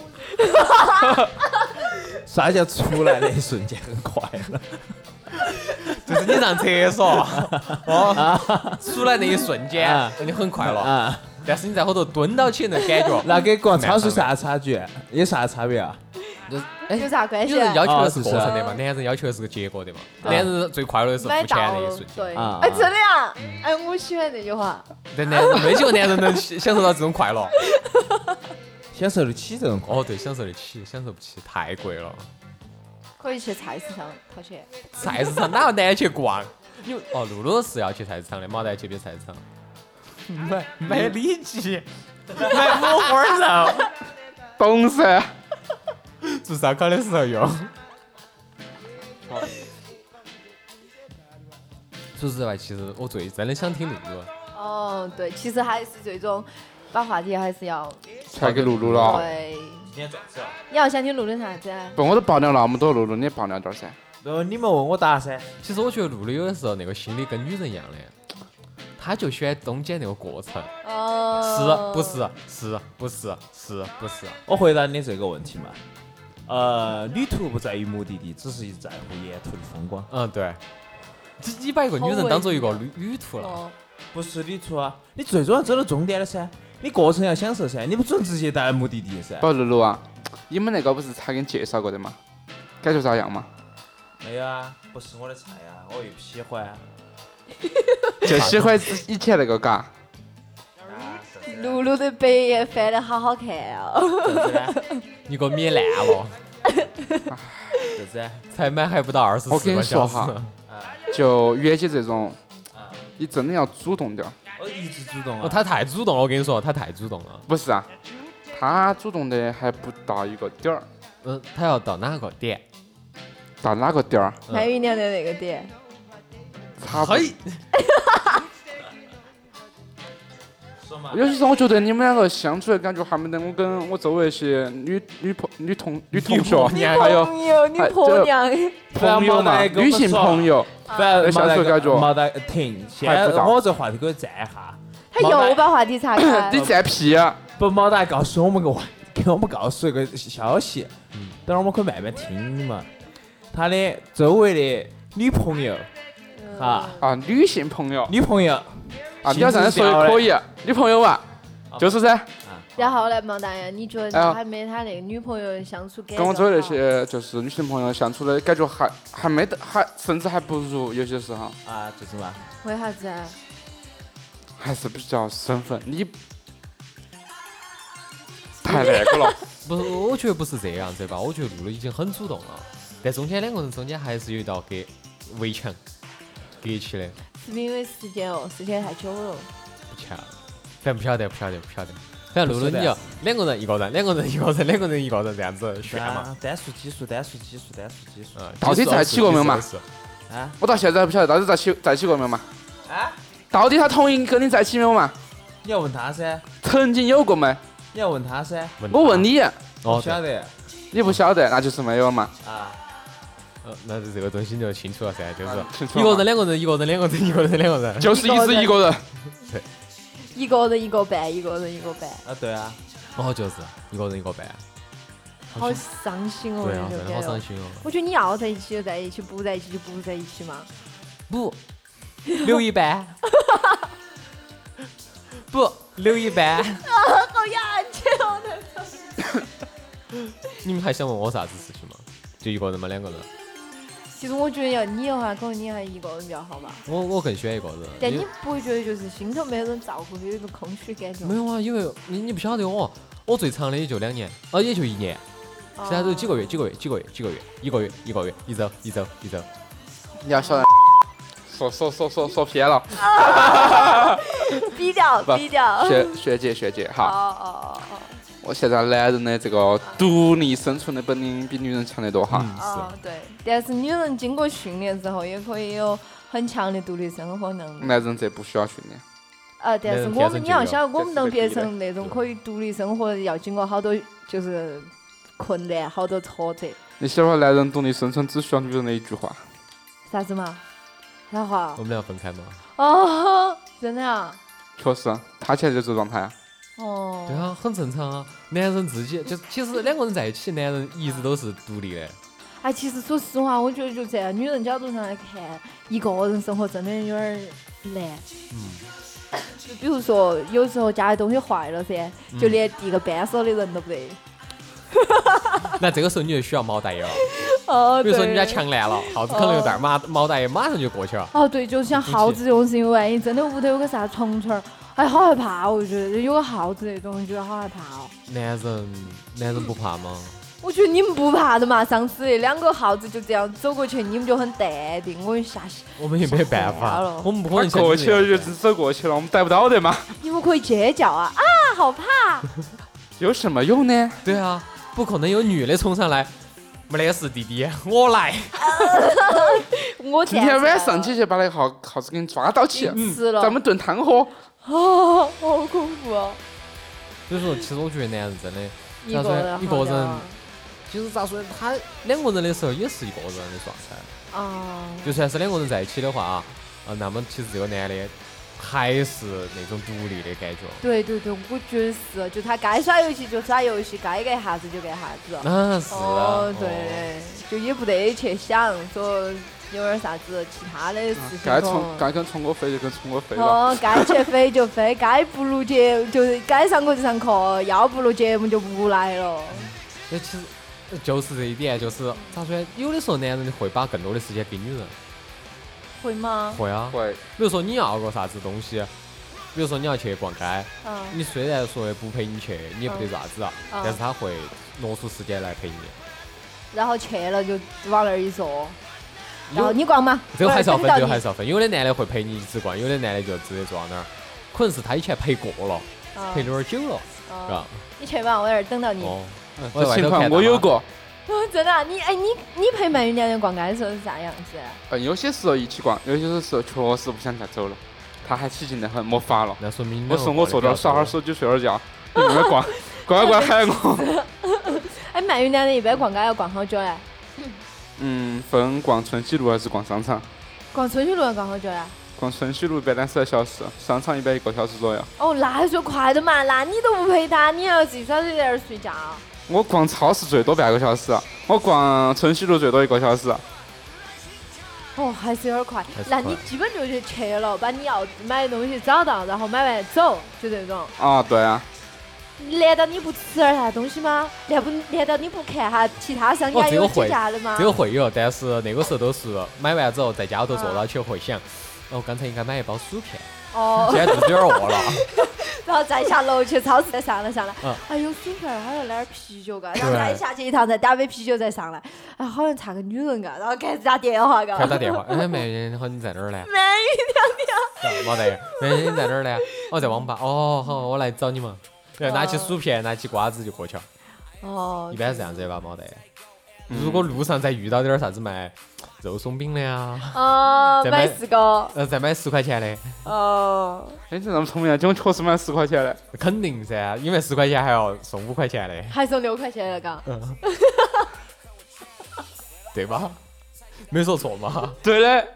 B: 啥叫出来的一瞬间很快乐？
D: 就是你上厕 所，哦，出来那一瞬间
B: 啊，
D: 你很快乐，
B: 啊，
D: 但是你在后头蹲到起那感觉，
B: 那跟逛超市啥差距？有啥差别啊？
D: 就是
E: 有
D: 哎，
E: 啥关
D: 女
E: 系？啊
D: 人要求的
B: 哦
D: 是
B: 是
D: 过
B: 是
D: 程的嘛，男人要求的是个结果的嘛，男人最快乐的是付
E: 买
D: 钱
E: 到
D: 那一
E: 了
D: 瞬，间，
E: 对，
B: 啊
E: 哎，真的呀，哎，我喜欢这句话。
D: 但男 人没几个男人能享享受到这种快乐。
B: 享受得起这种快乐？
D: 哦，对，享受得起，享受不起太贵了。
E: 可以去菜市场掏钱，
D: 菜市场哪有男的去逛？你们哦，露露是要去菜市场的，马蛋去不去菜市场？买买里脊，买五花肉，
C: 懂 噻。
D: 做烧烤的时候用。除此之外，其实我最真的想听露露。
E: 哦，对，其实还是最终把话题还是要
C: 传给露露了，
E: 对。你要想听录的啥子啊？
C: 不，我都爆料那么多露露，你也爆料点儿噻。
B: 然后你们问我答噻。
D: 其实我觉得露露有的时候那个心理跟女人一样的，她就喜欢中间那个过程，
E: 哦
D: 是，啊不是？？是不是？是不是？
B: 我回答你这个问题嘛，呃，旅途不在于目的地，只是在乎沿途的风光。
D: 嗯，对。你你把一个女人当做一个旅旅途了，
E: 哦，
B: 不是旅途啊，你最终要走到终点了噻，你过程要享受噻，你不准直接到达目的地噻。
C: 不，露露啊，你们那个不是才给你介绍过的吗？感觉咋样嘛？
B: 没有啊，不是我的菜啊，我又不喜欢啊。
C: 就喜欢以前那个嘎。
E: 露露的白眼翻得好好看哦。
D: 嗯
B: 啥子呢？
D: 你给我灭烂了。
B: 啥子呢？
D: 才买还不到二十
C: 我
D: 四
C: 跟
D: 个
C: 你
D: 小
C: 说
D: 时，
C: 哈，就袁姐这种，你真的要主动点儿。
B: 我一直主动
D: 哦，
B: 啊。
D: 他太主动了，我跟你说，他太主动了。
C: 不是啊，他主动的还不到一个点儿，
D: 嗯，他要到哪个点？
C: 到哪个点儿？
D: 嗯
E: 韩云亮的那个点，
C: 差不多。
D: 嘿，
B: 说嘛
C: 有些时候我觉得你们两个相处的感觉还没得我跟我周围一些女女朋女同女同学，
D: 女
C: 还有
E: 朋友，女
C: 还这
E: 婆娘，
B: 呃
C: 朋友嘛，女性
B: 啊
C: 朋友，
B: 反正
C: 相处感觉
B: 毛大停，先
C: 还不到
B: 我这话题可以暂一下。
E: 他
B: 毛大
E: 又把话题岔开
C: 。你占屁啊！
B: 不，毛大告诉我们个问给我们告诉一个消息，等会儿我们可以慢慢听嘛。他的周围的女朋友，啊，
C: 啊，女性朋友
B: 女朋友，
C: 啊，你要这样说也可以，女朋友啊，就是噻，
E: 然后呢，毛大爷，你觉得
C: 哎呀
E: 你还没他那个女朋友相处感
C: 跟我
E: 受
C: 周围那
E: 好
C: 些就是女性朋友相处的感觉还还没得，还甚至还不如有些时候
B: 啊，就是嘛，
E: 为啥子啊？
C: 还是比较身份， 你太那个了，
D: 不是，我觉得不是这样子吧？我觉得露露已经很主动了，但中间两个人中间还是有一道隔围墙隔起的，
E: 是不是因为时间哦？时间太久了。
D: 不晓得，反正不晓得，不晓得，不晓得。反正露露
B: 不晓得
D: 你就两个人一个人，两个人一个人，两个人一个人这样子炫嘛。
B: 单单数奇数，单数奇数，单数奇数
D: 嗯，
C: 到底在一起过没有嘛
D: 就是
B: 啊，
C: 我到现在还不晓得到底在一起在一起过没有嘛？
B: 啊，
C: 到底他同意跟你在一起没有嘛？
B: 你要问他噻，
C: 曾经有过没？
B: 你要问他噻，
C: 我问，你，
D: 哦
B: 不，晓得
C: 你不晓得，那就是没 有嘛。
B: 啊，
D: 呃，那这个东西你就清楚了噻，就是
C: 啊清楚
D: 一
C: 了
D: 个人、两个人、一个人、两个人、一个人、两个人。
C: 就是一直一个人，
E: 一个人一个半，一个人一个半，
B: 啊，对啊，
D: 哦，就是一个人一个半。
E: 好伤心哦！
D: 对啊，
E: 这
D: 真
E: 种
D: 的好
E: 感觉
D: 伤心哦。
E: 我觉得你要在一起就在一起，不在一起就不在一起嘛。
D: 不，留一半。不，留一半。
E: 好哎呀，这样的。
D: 你们还想问我啥子事情吗？就一个人吗？两个人？
E: 其实我觉得要你的话，可能你还一个人比较好吧。
D: 我我更喜欢一个
E: 但
D: 人。
E: 你
D: 因
E: 不会觉得就是心头没有人照顾，有一种空虚感觉
D: 没
E: 吗？
D: 有啊，因为你你不晓得我，我最长的也就两年，啊也就一年，
E: 哦，
D: 其他都是几个月、几个月、几个月、几个月、一个月、一个月，一周、一周、一周。
C: 你要晓得，说说说说说偏了。
E: 低调
C: 不
E: 低调。
C: 学学姐学姐
E: 哦
C: 哈，
E: 哦哦
C: 我现在男人的这个独立生存的本领比女人强得多哈。
E: 哦，哦，对。但是女人经过训练之后，也可以有很强的独立生活能力。
C: 男人这不需要训练，
E: 呃，但是
D: 能
E: 我
D: 变
E: 们
D: 成
E: 你
D: 这
E: 要
D: 个
E: 想，我们能变
C: 这是个
E: 成那种可以独立生活，要经过好多就是困难，好多挫折。
C: 你晓得男人独立生存只需要啊女人的一句话，
E: 啥子嘛？啥话
D: 我？们俩分开吗？
E: 哦，真的啊？
C: 确实，他现在就这状态啊。
E: 哦，
D: 对啊，很正常啊。男人自己就其实两个人在一起，男人一直都是独立的。
E: 哎，其实说实话，我觉得就站在女人角度上来看，一个人生活真的有点儿难。就比如说，有时候家里东西坏了噻，就连递个扳手的人都没得。
D: 那这个时候你就需要毛大 爷了。
E: 哦，
D: 比如说
E: 对
D: 你们家。墙烂了，耗子可能有点儿，毛毛大爷马上就过去了。
E: 哦，对，就像
D: 机
E: 耗子这种事情，万一真的屋头有个啥虫虫儿，哎，好害怕哦！我觉得有个耗子那种，觉得好害怕哦。
D: 男人，男人不怕吗？
E: 我觉得你们不怕的嘛，上次那两个耗子就这样走过去，你们就很淡定，我就吓死。
D: 我们也没 办
E: 吓坏
D: 法
E: 了，
D: 我们不可
C: 他
D: 能像
C: 过
D: 你
C: 去
D: 这
C: 了
D: 样
C: 就
D: 子
C: 只走过去了，我们逮不到的嘛。
E: 你们可以尖叫啊啊，好怕！
C: 有什么用呢？
D: 对啊，不可能有女的冲上来，没得事，弟弟，我 来。
E: 我
C: 今天晚上
E: 就
C: 姐姐把那个耗耗子给你抓到起，
E: 吃啊了，
C: 咱们炖汤喝。
E: 哦，好恐怖 哦！
D: 所以说，其实我觉得男人真的，
E: 一个人，
D: 一个人
E: 哦
D: 其实咋说呢，他两个人的时候也是一个人的状态。
E: 啊，
D: 就算是两个人在一起的话啊，呃，那么其实这个男的还是那种独立的感觉。
E: 对对对，我觉得是，就他该耍游戏就耍游戏，该干啥子就干啥子。
D: 那是
E: 哦
D: 啊，，
E: 对，就也不得去想说有点啥子其他的事情
C: 该
E: 可
C: 冲
E: 能。
C: 该跟冲我飞就跟冲我飞了。
E: 哦，该去飞就飞，该不如节就是该上课就上课，要不如节目就不来了。
D: 那其实呃就是这一点，就是咋说呢？有的时候男人会把更多的时间给女人。
E: 会吗？
D: 会啊，
C: 会，
D: 比如说你要个啥子东西，比如说你要去逛街，
E: 嗯，
D: 你虽然说不陪你去，你也不得啥子啊，
E: 嗯
D: 但是他会挪出时间来陪你。
E: 然后去了就往那儿一坐，然后
D: 有
E: 你逛嘛，
D: 这个还是要分，
E: 我
D: 这
E: 这
D: 个
E: 儿
D: 还
E: 等
D: 是要分。有的男的会陪你一直逛，有的男的就直接坐到那儿，可能是他以前陪过了，
E: 到
D: 陪
E: 你
D: 的有点久了，
E: 啊
D: 是吧？
E: 你去吧，我在这儿等到你。
D: 哦，
C: 嗯
D: 我在
C: 这
D: 外
C: 情
D: 头
C: 况
D: 看到
C: 我有
D: 了
C: 过。
E: 哦真的啊、你哎，你你陪美女两人逛街的时候是啥样子？啊
C: 嗯，有些时候一起逛，有些时候确实不想再走了。他还起劲得很，没法了。
D: 那说明
C: 我说我
D: 坐
C: 坐这儿耍会儿手机，睡会儿觉，啊你慢慢逛，乖乖喊我。
E: 哎，美女哎两人一般逛街要逛好久嘞？
C: 嗯，分逛春熙路还是逛商场？
E: 逛春熙路要逛好久哎呀？
C: 逛春熙路一般两三小时，商场一般一个小时左右。
E: 哦，那还算快的嘛，那你都不陪他，你还要自己早点在那儿睡觉。
C: 我逛超市最多半个小时，我逛春熙路最多一个小时。
E: 哦，还是有点快
D: 还。是
E: 那
D: 快
E: 你基本就是去了，把你要买的东西找到，然后买完走，就这种。
C: 啊，对啊，
E: 难道你不吃点啥东西吗？难不难道你不看下其他商
D: 哦
E: 家
D: 这个
E: 有几
D: 会
E: 家的吗？
D: 这个会有，但是那个时候都是买完之后在家里头
E: 嗯
D: 坐到起回想，哦，刚才应该买一包薯 片，
E: 哦
D: 今，天肚子有点饿了。
E: 然后再下楼去超市再上来上来
D: 嗯，
E: 哎有薯片儿，好像来点啤酒啊嘎，然后
D: 对
E: 再下去一趟再打杯啤酒再上来，哎好像差个女人啊嘎，然后开始打电话嘎
D: 开，始打电话，哎，妹人，好，你在哪儿呢？
E: 没
D: 没得，妹人你在哪儿呢？我在网吧。哦，好，我来找你嘛。
E: 嗯
D: 然后拿起薯片，拿起瓜子就过去了，
E: 哦
D: 一，般是这样子的吧，没得。如果路上再遇到点儿啥子卖肉松饼的呀，
E: 哦，
D: 再买
E: 买四个，
D: 呃，再买十块钱的，
E: 哦，
C: 哎，你这么聪明啊，今天确实买十块钱的。
D: 肯定噻，因为十块钱还要送五块钱的，
E: 还剩六块钱了嘎，
D: 嗯对吧？没说错嘛。
C: 对的，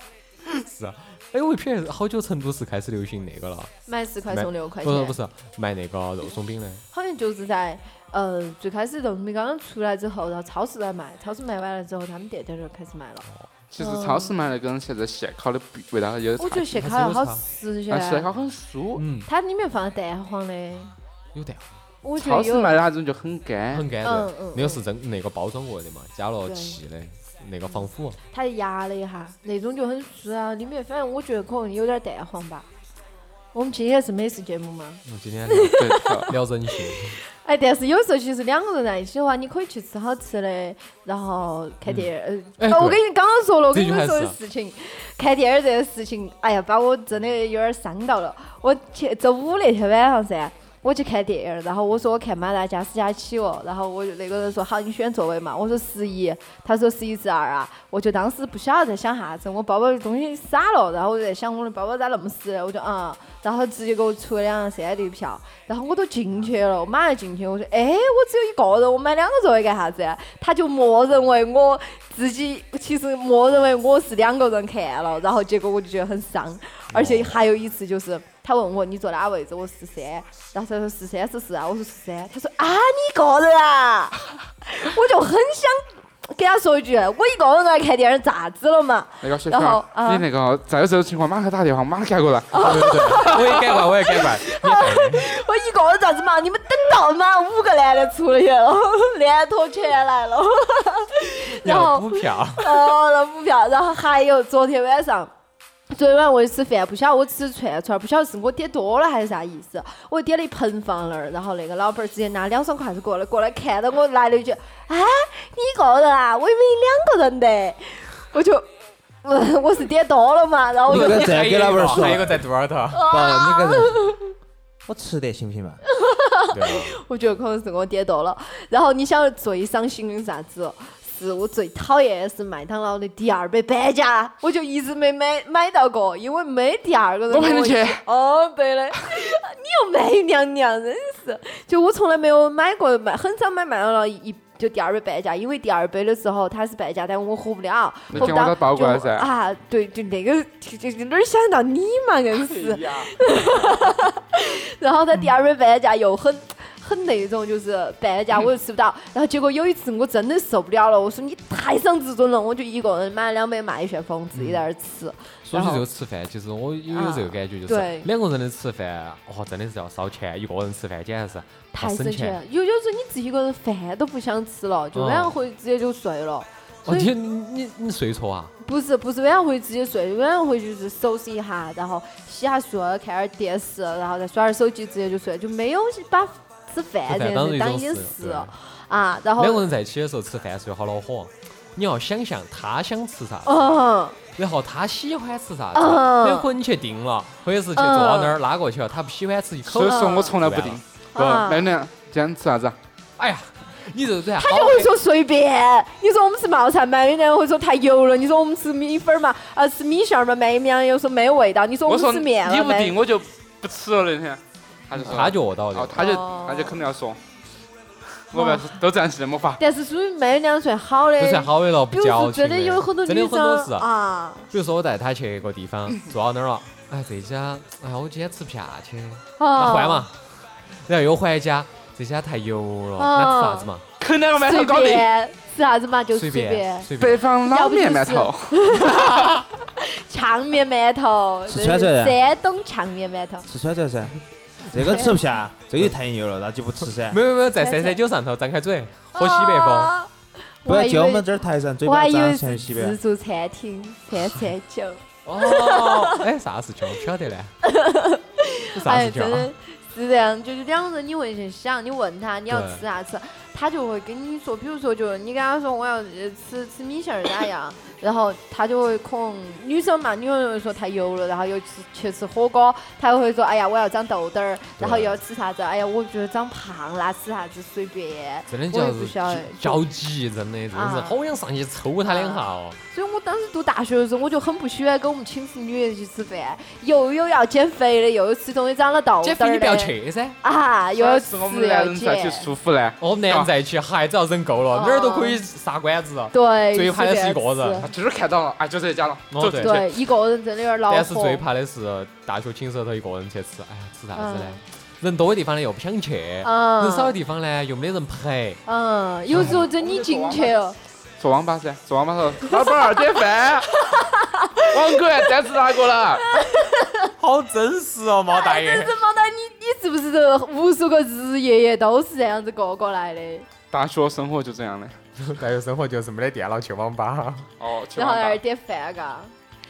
D: 是啊，哎，我一瞥好久成都市开始流行那个了，
E: 买四块
D: 买
E: 送六块
D: 不是不
E: 钱，
D: 是卖那个肉松饼的，
E: 好像就是在。呃，最开始肉饼刚刚出来之后，然后超市来卖，超市卖完了之后，他们店店就开始卖了。
C: 其实超市买的跟现在现烤的比味道有点
E: 我觉
C: 差
E: 得，现
D: 还
E: 烤要
D: 是
E: 好
D: 有差
E: 吃些
C: 但，现烤很酥。
D: 嗯，
E: 它里面放了蛋黄的，
D: 有蛋，
E: 我觉
C: 超
E: 得
C: 市
E: 有
C: 买的那种就很干，
D: 很干
E: 嗯
D: 的
E: 嗯，
D: 那个是真那个包装过的嘛，加了
E: 对
D: 气的，那个防腐，啊
E: 它压了一下，那种就很酥啊。里面反正我觉得可能有点蛋黄吧。我们今天是美食节目嘛，
D: 我今天聊
C: 对头
D: 聊人性，
E: 哎，但是有时候其实两个人在一起的话，你可以去吃好吃的，然后看电影。
D: 哎
E: 呃，
D: 对
E: 我跟你刚刚说了，我
D: 这
E: 跟
D: 句
E: 你们说
D: 还
E: 的
D: 是啊
E: 事情，看电影这个事情，哎呀，把我真的有点伤到了。我前周五那天晚上噻。我去看电影，然后我说我看《马达加斯加七》哦，然后我就那个人说好，你选座位嘛，我说十一，他说十一至二啊，我就当时不晓得在想啥子，我包包的东西洒了，然后我就在想我的包包咋那么湿，我就嗯，然后直接给我出了两张三 D 票，然后我都进去了，我马上进去，我说哎，我只有一个人，我买两个座位干啥子？他就默认为我自己其实默认为我是两个人看了，然后结果我就觉得很伤，而且还有一次就是。他问我你坐哪位置，我十三，然后他说十三十四啊，我说十三，他说啊你一个人啊，我就很想给他说一句，我一个人来看电影咋子了嘛？
C: 那个雪
E: 然后
C: 芳，
E: 啊
C: 你那个再有这种情况，马上打电话，马上赶过来。
E: 哦
D: 对对对，我也改怪，我也改怪，
E: 我一个人咋子嘛？你们等到嘛？五个男的出去了， 连拖全来了。
D: 你
E: 然
D: 要
E: 后
D: 补票，
E: 哦，那不票。然后还有昨天晚上，昨天晚上我去吃饭，不晓得我吃串串，不晓得是我点多了还是啥意思，我点了一盆放那儿，然后那个老板儿直接拿两双筷子过来，过来看到我来了一句：“啊，你一个人啊？我以为你两个人的。”我就，我我是点多了嘛，然后我
B: 你
E: 就
B: 这个
D: 还
B: 再
D: 有
B: 给
D: 一
B: 老板
D: 个
B: 说，
D: 还有一个在肚儿头，
B: 不，你个人，我吃得行不 行嘛？
D: 对吧？
E: 我觉得可能是我点多了。然后你晓得最伤心的是啥子哦？是我最讨厌的是麦当劳的第二杯半价，我就一直没买买到过，因为没第二个人
C: 我
E: 跟
C: 陪你
E: 一起
C: 去。
E: 哦，对嘞， 你又没娘娘，真是！就我从来没有买过麦，很少买麦当劳一就第二杯半价，因为第二杯的时候它是半价，但我喝不了。
C: 你
E: 我
C: 给我
E: 当
C: 打包过来
E: 就
C: 噻
E: 啊，对，就那个就就就哪儿想到你嘛，硬是。 然后他第二杯半价又很很那种，就是半价我又吃不到。然后结果有一次我真的受不了了，我说你太伤自尊了，我就一个人买了两杯麦旋风自己在那儿吃。
D: 说起这个吃饭，其实我也有这个感觉，就是
E: 啊对
D: 两个人的吃饭，哦，真的是要烧钱，一个人吃饭简直是
E: 太
D: 省
E: 省钱了。，有有时候你自己一个人饭都不想吃了，就
D: 哦
E: 晚上回去直接就睡了。
D: 哦，
E: 所以
D: 你你你睡错啊？
E: 不是不是晚上回去直接睡，晚上回去就是收拾一下，然后洗下漱，看点儿电视，然后再耍点儿手机，直接就睡，就没有把吃饭
D: 吃饭
E: 这件
D: 当
E: 事
D: 一
E: 当
D: 种
E: 一件
D: 事
E: 事
D: 对
E: 啊。然
D: 两个
E: 后
D: 人在一起的时候吃饭是有好恼火，你要想象他想吃啥，
E: 嗯，
D: 然后他喜欢吃啥子，
E: 嗯
D: 两个人去定了，或者是去坐到那儿拉过去了，他不喜欢吃一口
C: 所以，说我从来不
D: 对
C: 定
D: 啊。
E: 啊
C: 奶奶，今天吃啥子啊？
D: 哎呀，你这软，
E: 他就会说随便。你说我们吃冒菜嘛，有的人会说太油了；你说我们吃米粉儿嘛，啊吃米线儿嘛，没营养，又说没味道。你说
C: 我
E: 我
C: 说
E: 们吃面
C: 你
E: 了
C: 不定
E: 没？
C: 我就不吃了那天，他就说
D: 他就饿到
C: 哦，
D: 的，
C: 他就
E: 哦
C: 他就肯定要说，我们是都暂时的没法。
E: 但是属于没有两算好的，
D: 都算好的了，不
E: 比如
D: 矫
E: 说
D: 情
E: 真
D: 的。
E: 的有很多
D: 真的有
E: 女
D: 很多
E: 生
D: 事。
E: 啊，
D: 比如说我带他去一个地方，坐到那儿了，哎，这家，哎呀，我今天吃不下去，那
E: 啊，
D: 换嘛。然后又换一家，这家太油了，
E: 啊
D: 那吃啥子嘛？
C: 啃两个馒头
E: 随
C: 搞定。
E: 便吃啥子嘛就
D: 随
E: 随
D: 便
E: 便，
D: 随便
C: 北。方老面馒头，
E: 呛面馒头，
B: 四川人
E: 山东呛面馒头，
B: 吃川菜噻，这个吃不下，这个太油了，那就不吃 噻。
D: 没有没有，在三三九上头张开嘴，喝西北风。
E: 啊。
B: 不
E: 我
B: 要
E: 还以
B: 就我
E: 为
B: 们这儿台上嘴
E: 我
B: 巴
E: 还以为
B: 张全是
E: 是
B: 西北
E: 自。助餐厅三三九，
D: 哦，哎，啥事情我不晓 得嘞。是啥
E: 哎，
D: 事情
E: 真
D: 啊
E: 的？是这样，就是两个人你问一想，你问他你要
D: 对
E: 吃啥吃，啊他就会跟你说，比如说就是你跟他说我要呃吃吃米线儿咋样，然后他就会可能女生嘛，女生会说太油了，然后又去去吃火锅，他又会说哎呀我要长痘痘儿，然后又要吃啥子，哎呀我觉得长胖啦，吃啥子随便，
D: 真的
E: 我
D: 叫
E: 也不晓得
D: 是着急，真的真的是
E: 啊
D: 好想上去抽他两下哦。
E: 所以我当时读大学的时候，我就很不喜欢跟我们寝室女人去吃饭，又有要减肥的，又有吃东西长了痘痘
D: 姐
E: 儿
D: 夫，
E: 的。
D: 你不要去噻。
E: 啊！又要吃
C: 是我们男
E: 又
C: 人才去
E: 减，
C: 舒服嘞。
D: 哦我们男人在一起，嗨，只要人够了，哪儿都可以
E: 哦
D: 杀关子。
E: 对，
D: 最怕的
E: 随
D: 是一
E: 便
D: 个人
E: 吃
C: 啊，这儿看到了，啊，就这家了，
D: 哦
C: 走
D: 对
C: 进去。
E: 对，一个人真的有点恼火。
D: 但是最怕的是大学寝舍头一个人去吃，哎呀，吃啥子呢
E: 嗯？
D: 人多的地方呢又不想去，人
E: 嗯，
D: 少的地方呢又没得人陪。
E: 嗯，有时候真的进去 哦，
C: 坐网吧噻，坐网吧头，老板儿点饭，网管单子拿过来，
D: 好真实哦，毛大
E: 真
D: 爷。
E: 哎是毛蛋，你你是不是这无数个日日夜夜都是这样子过过来的？
C: 大学生活就这样的。
D: 大学生活就是没得电脑去网吧。
C: 哦，去
E: 然
C: 网
E: 后在那儿
C: 吧。
E: 点饭嘎。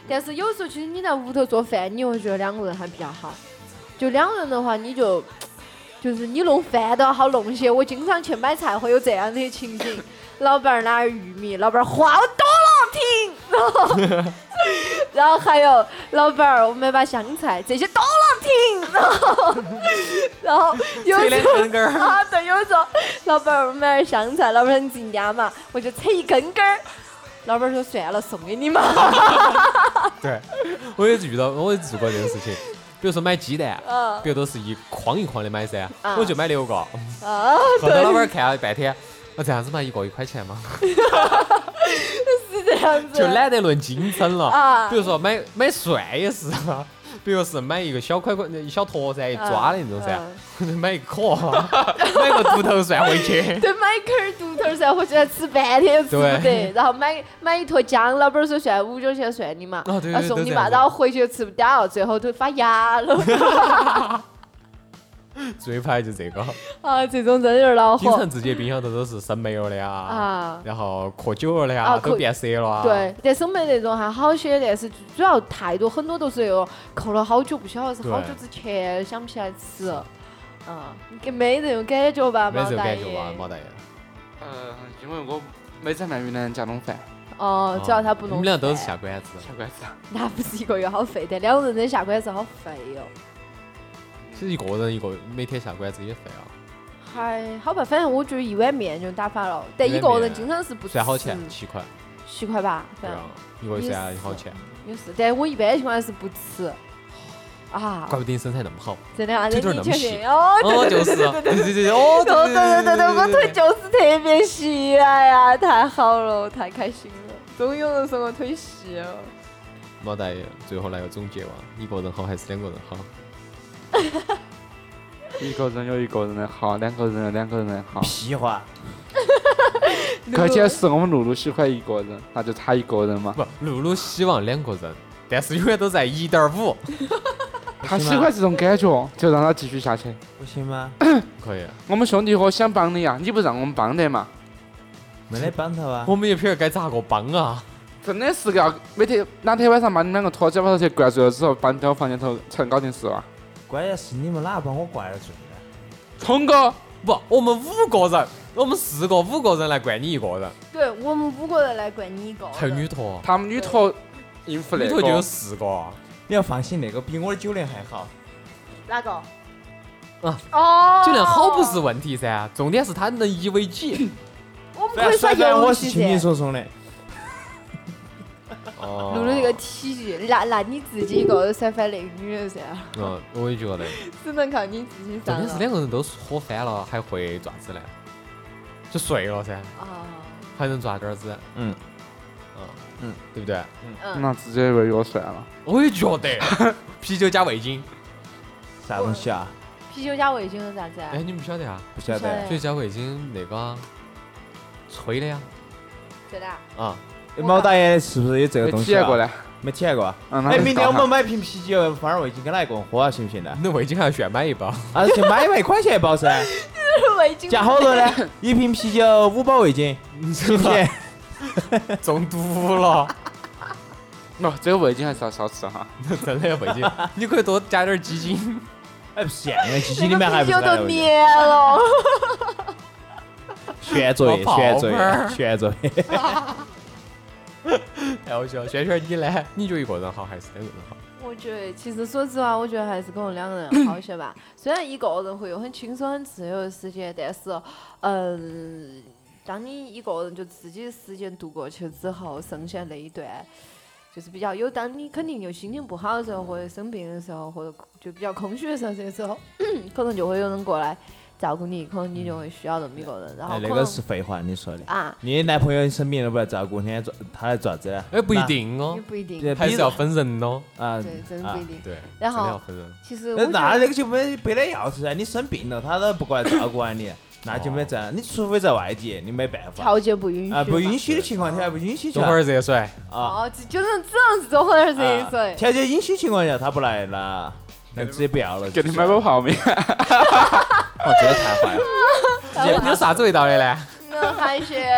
E: 但是有时候其实你在屋头做饭，你会觉得两个人还比较好。就两个人的话，你就就是你弄饭都要好弄些。我经常去买菜会有这样的情景： 老板儿拿着玉米，老板儿话多了停，然后 然后还有老板儿我们把香菜这些多了停， 然后然后有
D: 吹
E: 时
D: 两
E: 候
D: 根根儿
E: 啊，对，有时候老板儿我们买点香菜，老板儿你进家嘛，我就扯一根根儿。老板儿说算了，送给你嘛。
D: 对， 我也遇到，我也做过这种事情。比如说买鸡蛋，
E: 嗯
D: 比如都是一筐一筐的买噻，
E: 啊
D: 我就买六个。
E: 啊，
D: 后头老板
E: 对，
D: 儿看了半天，我这样子嘛，一个一块钱嘛，
E: 是这样子。
D: 就懒得论斤称了。
E: 啊
D: 比如说买买蒜也是啊，比如是买一个小块块一小坨噻，一抓的那种噻，
E: 嗯
D: 或者 买一壳，买个独头蒜回去。
E: 对，买根儿独头蒜，我觉得吃半天也吃不
D: 对
E: 得。然后买买一坨姜，老板儿说算五角钱算你嘛，
D: 哦对对
E: 然
D: 对
E: 后送
D: 都
E: 你
D: 这样
E: 嘛，
D: 子
E: 然后回去又吃不掉，最后都发芽 了。
D: 最怕就这个，
E: 啊，这种真有点恼
D: 经
E: 火
D: 常自己的冰箱头都是生梅儿的啊，
E: 啊。
D: 然后壳酒儿的啊，
E: 啊
D: 都
E: 壳
D: 变色了啊。
E: 对，但生梅那种还好些，但是主要态度很多都是又扣了好久，不晓得是好
D: 对
E: 久之前想不起来吃，嗯，给没这种感觉吧，
D: 没
E: 毛
D: 这种
E: 大
D: 感
E: 爷
D: 觉。吧，毛大爷。
C: 呃，因为我没在卖云南家弄饭，
E: 哦，主要他不
D: 啊嗯你
E: 弄。
D: 们俩都是下馆子。
C: 下馆子啊。
E: 那不是一个月好费的，两个人的下馆子好费哟、
D: 其实一个人一个每天下馆子也费啊，
E: 还好吧，反正我觉得一碗面就打发了，但
D: 一碗
E: 一个人
D: 面
E: 经常是不吃
D: 算好钱七块，
E: 七块八，
D: 对
E: 反
D: 啊
E: 正，
D: 一个月算好钱，
E: 也是。但我一般情况下是不吃啊
D: 怪，不得你身材那么好。
E: 真的啊，
D: 腿
E: 那
D: 腿儿那
E: 你
D: 么
E: 确
D: 细
E: 定？哦，
D: 哦，就是，对对对，哦，
E: 对对对对哦对，我腿就是特别细，哎呀，太好了，太开心了，终于有人说我腿细了。
D: 毛大爷，最后来个总结哇，一个人好还是两个人好？
C: 一个人有一个人的好，两个人有两个人的好。
B: 屁话，
C: 关键是我们露露喜欢一个人，那就他一个人嘛。
D: 不，露露希望两个人，但是永远都在一点五，
C: 他喜欢这种感觉，就让他继续下去。
B: 不行 吗？
D: 可以。
C: 我们兄弟伙想帮你呀、你不让我们帮得嘛？
B: 没得帮头啊。
D: 我们也不晓得该咋个帮啊。
C: 真的是个要每天哪天晚上把你们两个拖到肩膀头去灌醉了之后，搬到房间头才能搞定事哇、
B: 关键是你们哪个把我灌了醉呢？
C: 聪哥，
D: 不，我们五个人，我们四个五个人来灌你一个人，
E: 对我们五个人来灌你一个，
D: 还有女托，
C: 他们女托应付
D: 女
C: 那
D: 托就有
C: 个，
D: 四个啊。
B: 你要放心，那个比我的酒量还好。
E: 哪个？
D: 啊
E: 哦，
D: 酒量好不是问题噻，重点是他能一 v 几。
E: 我们
B: 反
E: 可以
B: 正
E: 耍
B: 虽然
E: 游
B: 我是
E: 戏
B: 轻轻
E: 噻。
B: 松松的，
D: 哦
E: 露露这个体育，那那你自己一个人耍翻那个女人噻，
D: 嗯，我也觉得。
E: 只能靠你自己
D: 重
E: 上
D: 点是
E: 了。
D: 两个人都是喝翻了，还会咋子呢？就睡了噻，
E: 啊，
D: 还能抓点子，
B: 嗯，
D: 嗯
B: 嗯，
D: 对不对？
E: 嗯，
C: 那直接被我甩了。
D: 我也觉 得，啤酒加味精，
B: 啥东西啊？
E: 啤酒加味精是啥子啊？
D: 哎，你们不晓得啊？
B: 不晓
E: 不晓
B: 得
E: 得。
D: 就加味精那个吹的呀，
E: 真的啊？
D: 啊，
E: 我
B: 毛大爷是不是有这个
C: 没
B: 东
C: 体
B: 西、
C: 验
B: 啊？
C: 过嘞。
B: 没体验过啊。
C: 嗯，
B: 哎，明天我 们买瓶啤酒，放点味精，跟哪一个人喝啊？行不行呢？
D: 那味精还要炫买一包，
B: 啊，去买一块钱一包噻，
E: 味精
B: 哎加好多 呢？一瓶啤酒五包味精，行不行？
D: 中毒了，
C: 那这个味精还是要少吃哈。
D: 真的味精，你可以多加点鸡精，
B: 哎，不现在鸡
E: 那
B: 精里面还
E: 个
B: 不是
E: 啤酒
B: 奶
E: 都
B: 味精
E: 灭了，
B: 悬坠，
D: 泡
B: 悬坠
D: 泡儿，
B: 悬坠。
D: 太好笑了。轩轩你呢？你觉得一个人好还是两个人好？
E: 我觉得，其实说实话，我觉得还是可能两个人好些吧。虽然一个人会有很轻松、很自由的时间，但是，嗯，当你一个人就自己的时间度过去之后，剩下那一段就是比较有。当你肯定有心情不好的时候，或者生病的时候，或者就比较空虚的时候，这个时候 可能就会有人过来照顾你，可能你就会需要这么一个人。然后
B: 哎，
E: 可
B: 那
E: 能、
B: 个是废话，你说的。
E: 啊，
B: 你男朋友生病了不要照顾，你还做他来做啥子呢？
D: 哎，不一定哦
E: 也，不一定，
B: 那，
D: 还是要分人哦。
B: 啊，
E: 对，真的不一
B: 啊。
E: 定。
D: 对，
E: 然后
D: 真的要分人。
E: 其实我
B: 那
E: 觉
B: 那
E: 得
B: 那个就没没得要事噻，你生病了他都不过来照顾啊你， 那就没辙。你除非在外地，你没办法
E: 条件不允许
B: 啊，不
E: 嘛
B: 允许的情况下不允许就
D: 多喝点热水，
B: 啊。
E: 哦，就就是只能是多喝点热
B: 啊
E: 水。
B: 条件允许情况下他不来了，那直接不要了。
C: 给你买包泡面，
B: 哦，这个太坏了。
D: 哎你有啥子味道的呢？
E: 那海鲜，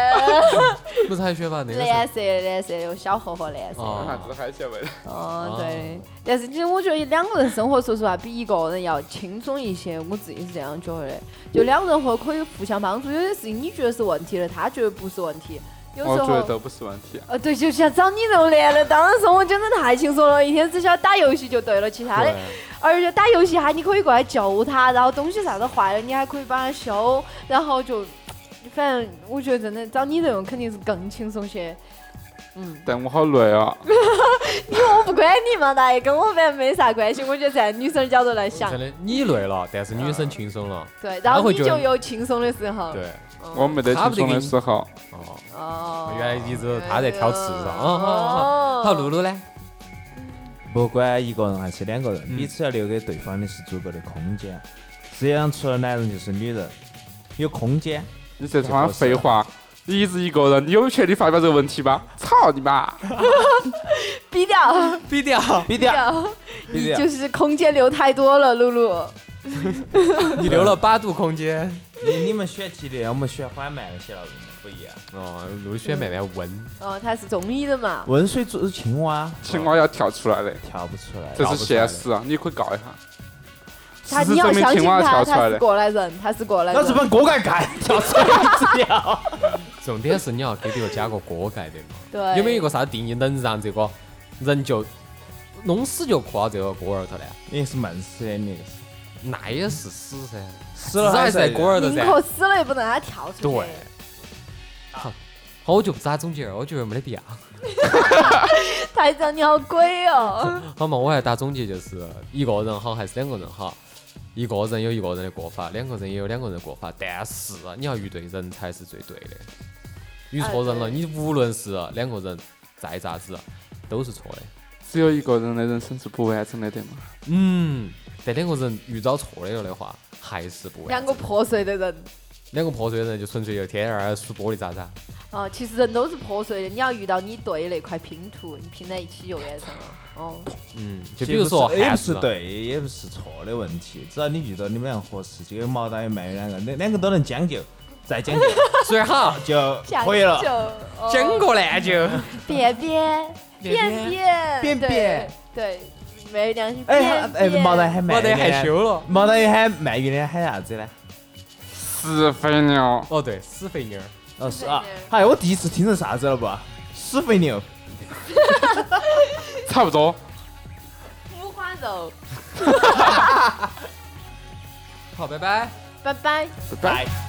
D: 不是海鲜吧？那个
E: 蓝
D: 是
E: 色的蓝色的，有小荷花蓝 色。
C: 啥
D: 哦
C: 子，海鲜味？
E: 哦，对。但是其实我觉得两个人生活，说实话比一个人要轻松一些，我自己是这样觉得的。就两个人活可以互相帮助，有些事情你觉得是问题的，他觉得不是问题。有
C: 我
E: 时
C: 觉得
E: 候，
C: 都不是问题。啊
E: 呃，对，就像找你这种男的，当时我真的太轻松了，一天只晓得打游戏就对了，其他的
D: 对
E: 而且打游戏还你可以过来救他，然后东西啥子坏了你还可以帮他修，然后就，反正我觉得真的找你这种肯定是更轻松些。嗯，
C: 但我好累啊，
E: 我不管你嘛，大爷跟我反正没啥关系。我觉得站在女生角度来想
D: 真，的，你累了，但是女生轻松了，
E: 对，然后
D: 会
E: 你
D: 觉得
E: 就有轻松的时候。
D: 对，
E: 嗯
C: 我没得轻松的时候。
D: 哦，
E: 哦，
D: 原来一直他在挑刺上，哦，好好
E: 哦
D: 好，好，露露呢？
B: 不管一个人还是两个人，
D: 嗯
B: 彼此要留给对方的是足够的空间。实际上，除了男人就是女人，有空间。
C: 你这他妈废话！你一直一个人，你有权利发表这个问题 吧？操你妈！
E: 低调，
D: 低调，
B: 比
E: 低
B: 掉，
E: 调，
B: 比
E: 你
B: 掉
E: 就，是空间留太多了，露露。
D: 你留了八度空间。
B: 你你们选激烈，我们选缓慢一些了，不一样。
D: 哦，露雪慢慢温，
E: 哦，他是中医的嘛。
B: 温水煮青蛙，
C: 青蛙要跳出来 的，
B: 跳不出来。
C: 这是现实啊！你可以告 一下。
E: 他
C: 事
E: 你
C: 实
E: 要
C: 证明
E: 相信
C: 青蛙
E: 他，
C: 跳出
E: 他
C: 来
E: 是
C: 的。
E: 过来人，他是过来人。
B: 是把锅盖 盖跳出来了？
D: 重点是你要给别个加个锅盖的嘛。
E: 对，
D: 有没有一个啥定义能让这个人就弄死就扣到这个锅儿头呢？
B: 你是闷死的，你
D: 那也是死噻，
B: 死
D: 至少还是在锅
B: 锅。
D: 儿头
E: 宁
D: 噻。
E: 可死了也不能让他跳出去。
D: 对。好，好，我就不咋总结了，我觉得没得必要。
E: 台长你好鬼 哦！
D: 好嘛，我还打总结，就是一个人好还是两个人好？一个人有一个人的过法，两个人也有两个人的过法，但是啊你要遇对人才是最对的。遇错人了，
E: 哎对
D: 你无论是啊两个人再咋子，啊都是错的。
C: 只有一个人的人生是不完整的，对吗？
D: 嗯，但两个人遇到错的了的话，还是不
E: 两
D: 完
E: 个
D: 整。
E: 破碎的人，
D: 两个破碎的人就纯粹就天天在那儿数玻璃渣渣。
E: 哦，其实人都是破碎的。你要遇到你对的那块拼图，你拼在一起就完成了。哦，
D: 嗯，就比如说
B: 也
D: 汉
B: 不
D: 子
B: 是，对，也不是错的问题，只要你遇到你们俩合适，就有毛大有麦有两个，两两个都能将就，再将就
D: 虽然好，
B: 就可以了。
E: 就
D: 整个烂就。
E: 便 便便便
B: 便便
E: 对，对没良心。
B: 哎，
E: 便
B: 哎，
E: 便
B: 毛大喊
D: 我
B: 慢
D: 得
B: 点，
D: 害羞了。
B: 毛大爷喊慢一点，喊啥子呢？
C: 死肥牛，
D: 哦，对，死肥妞儿。
B: 哦，
E: 死
B: 是
E: 肥
B: 啊
E: 妞，
B: 哎，我第一次听成啥子了不？死肥牛，
C: 差不多。
E: 五花肉，
D: 好，拜拜。
E: 拜拜。
B: 拜。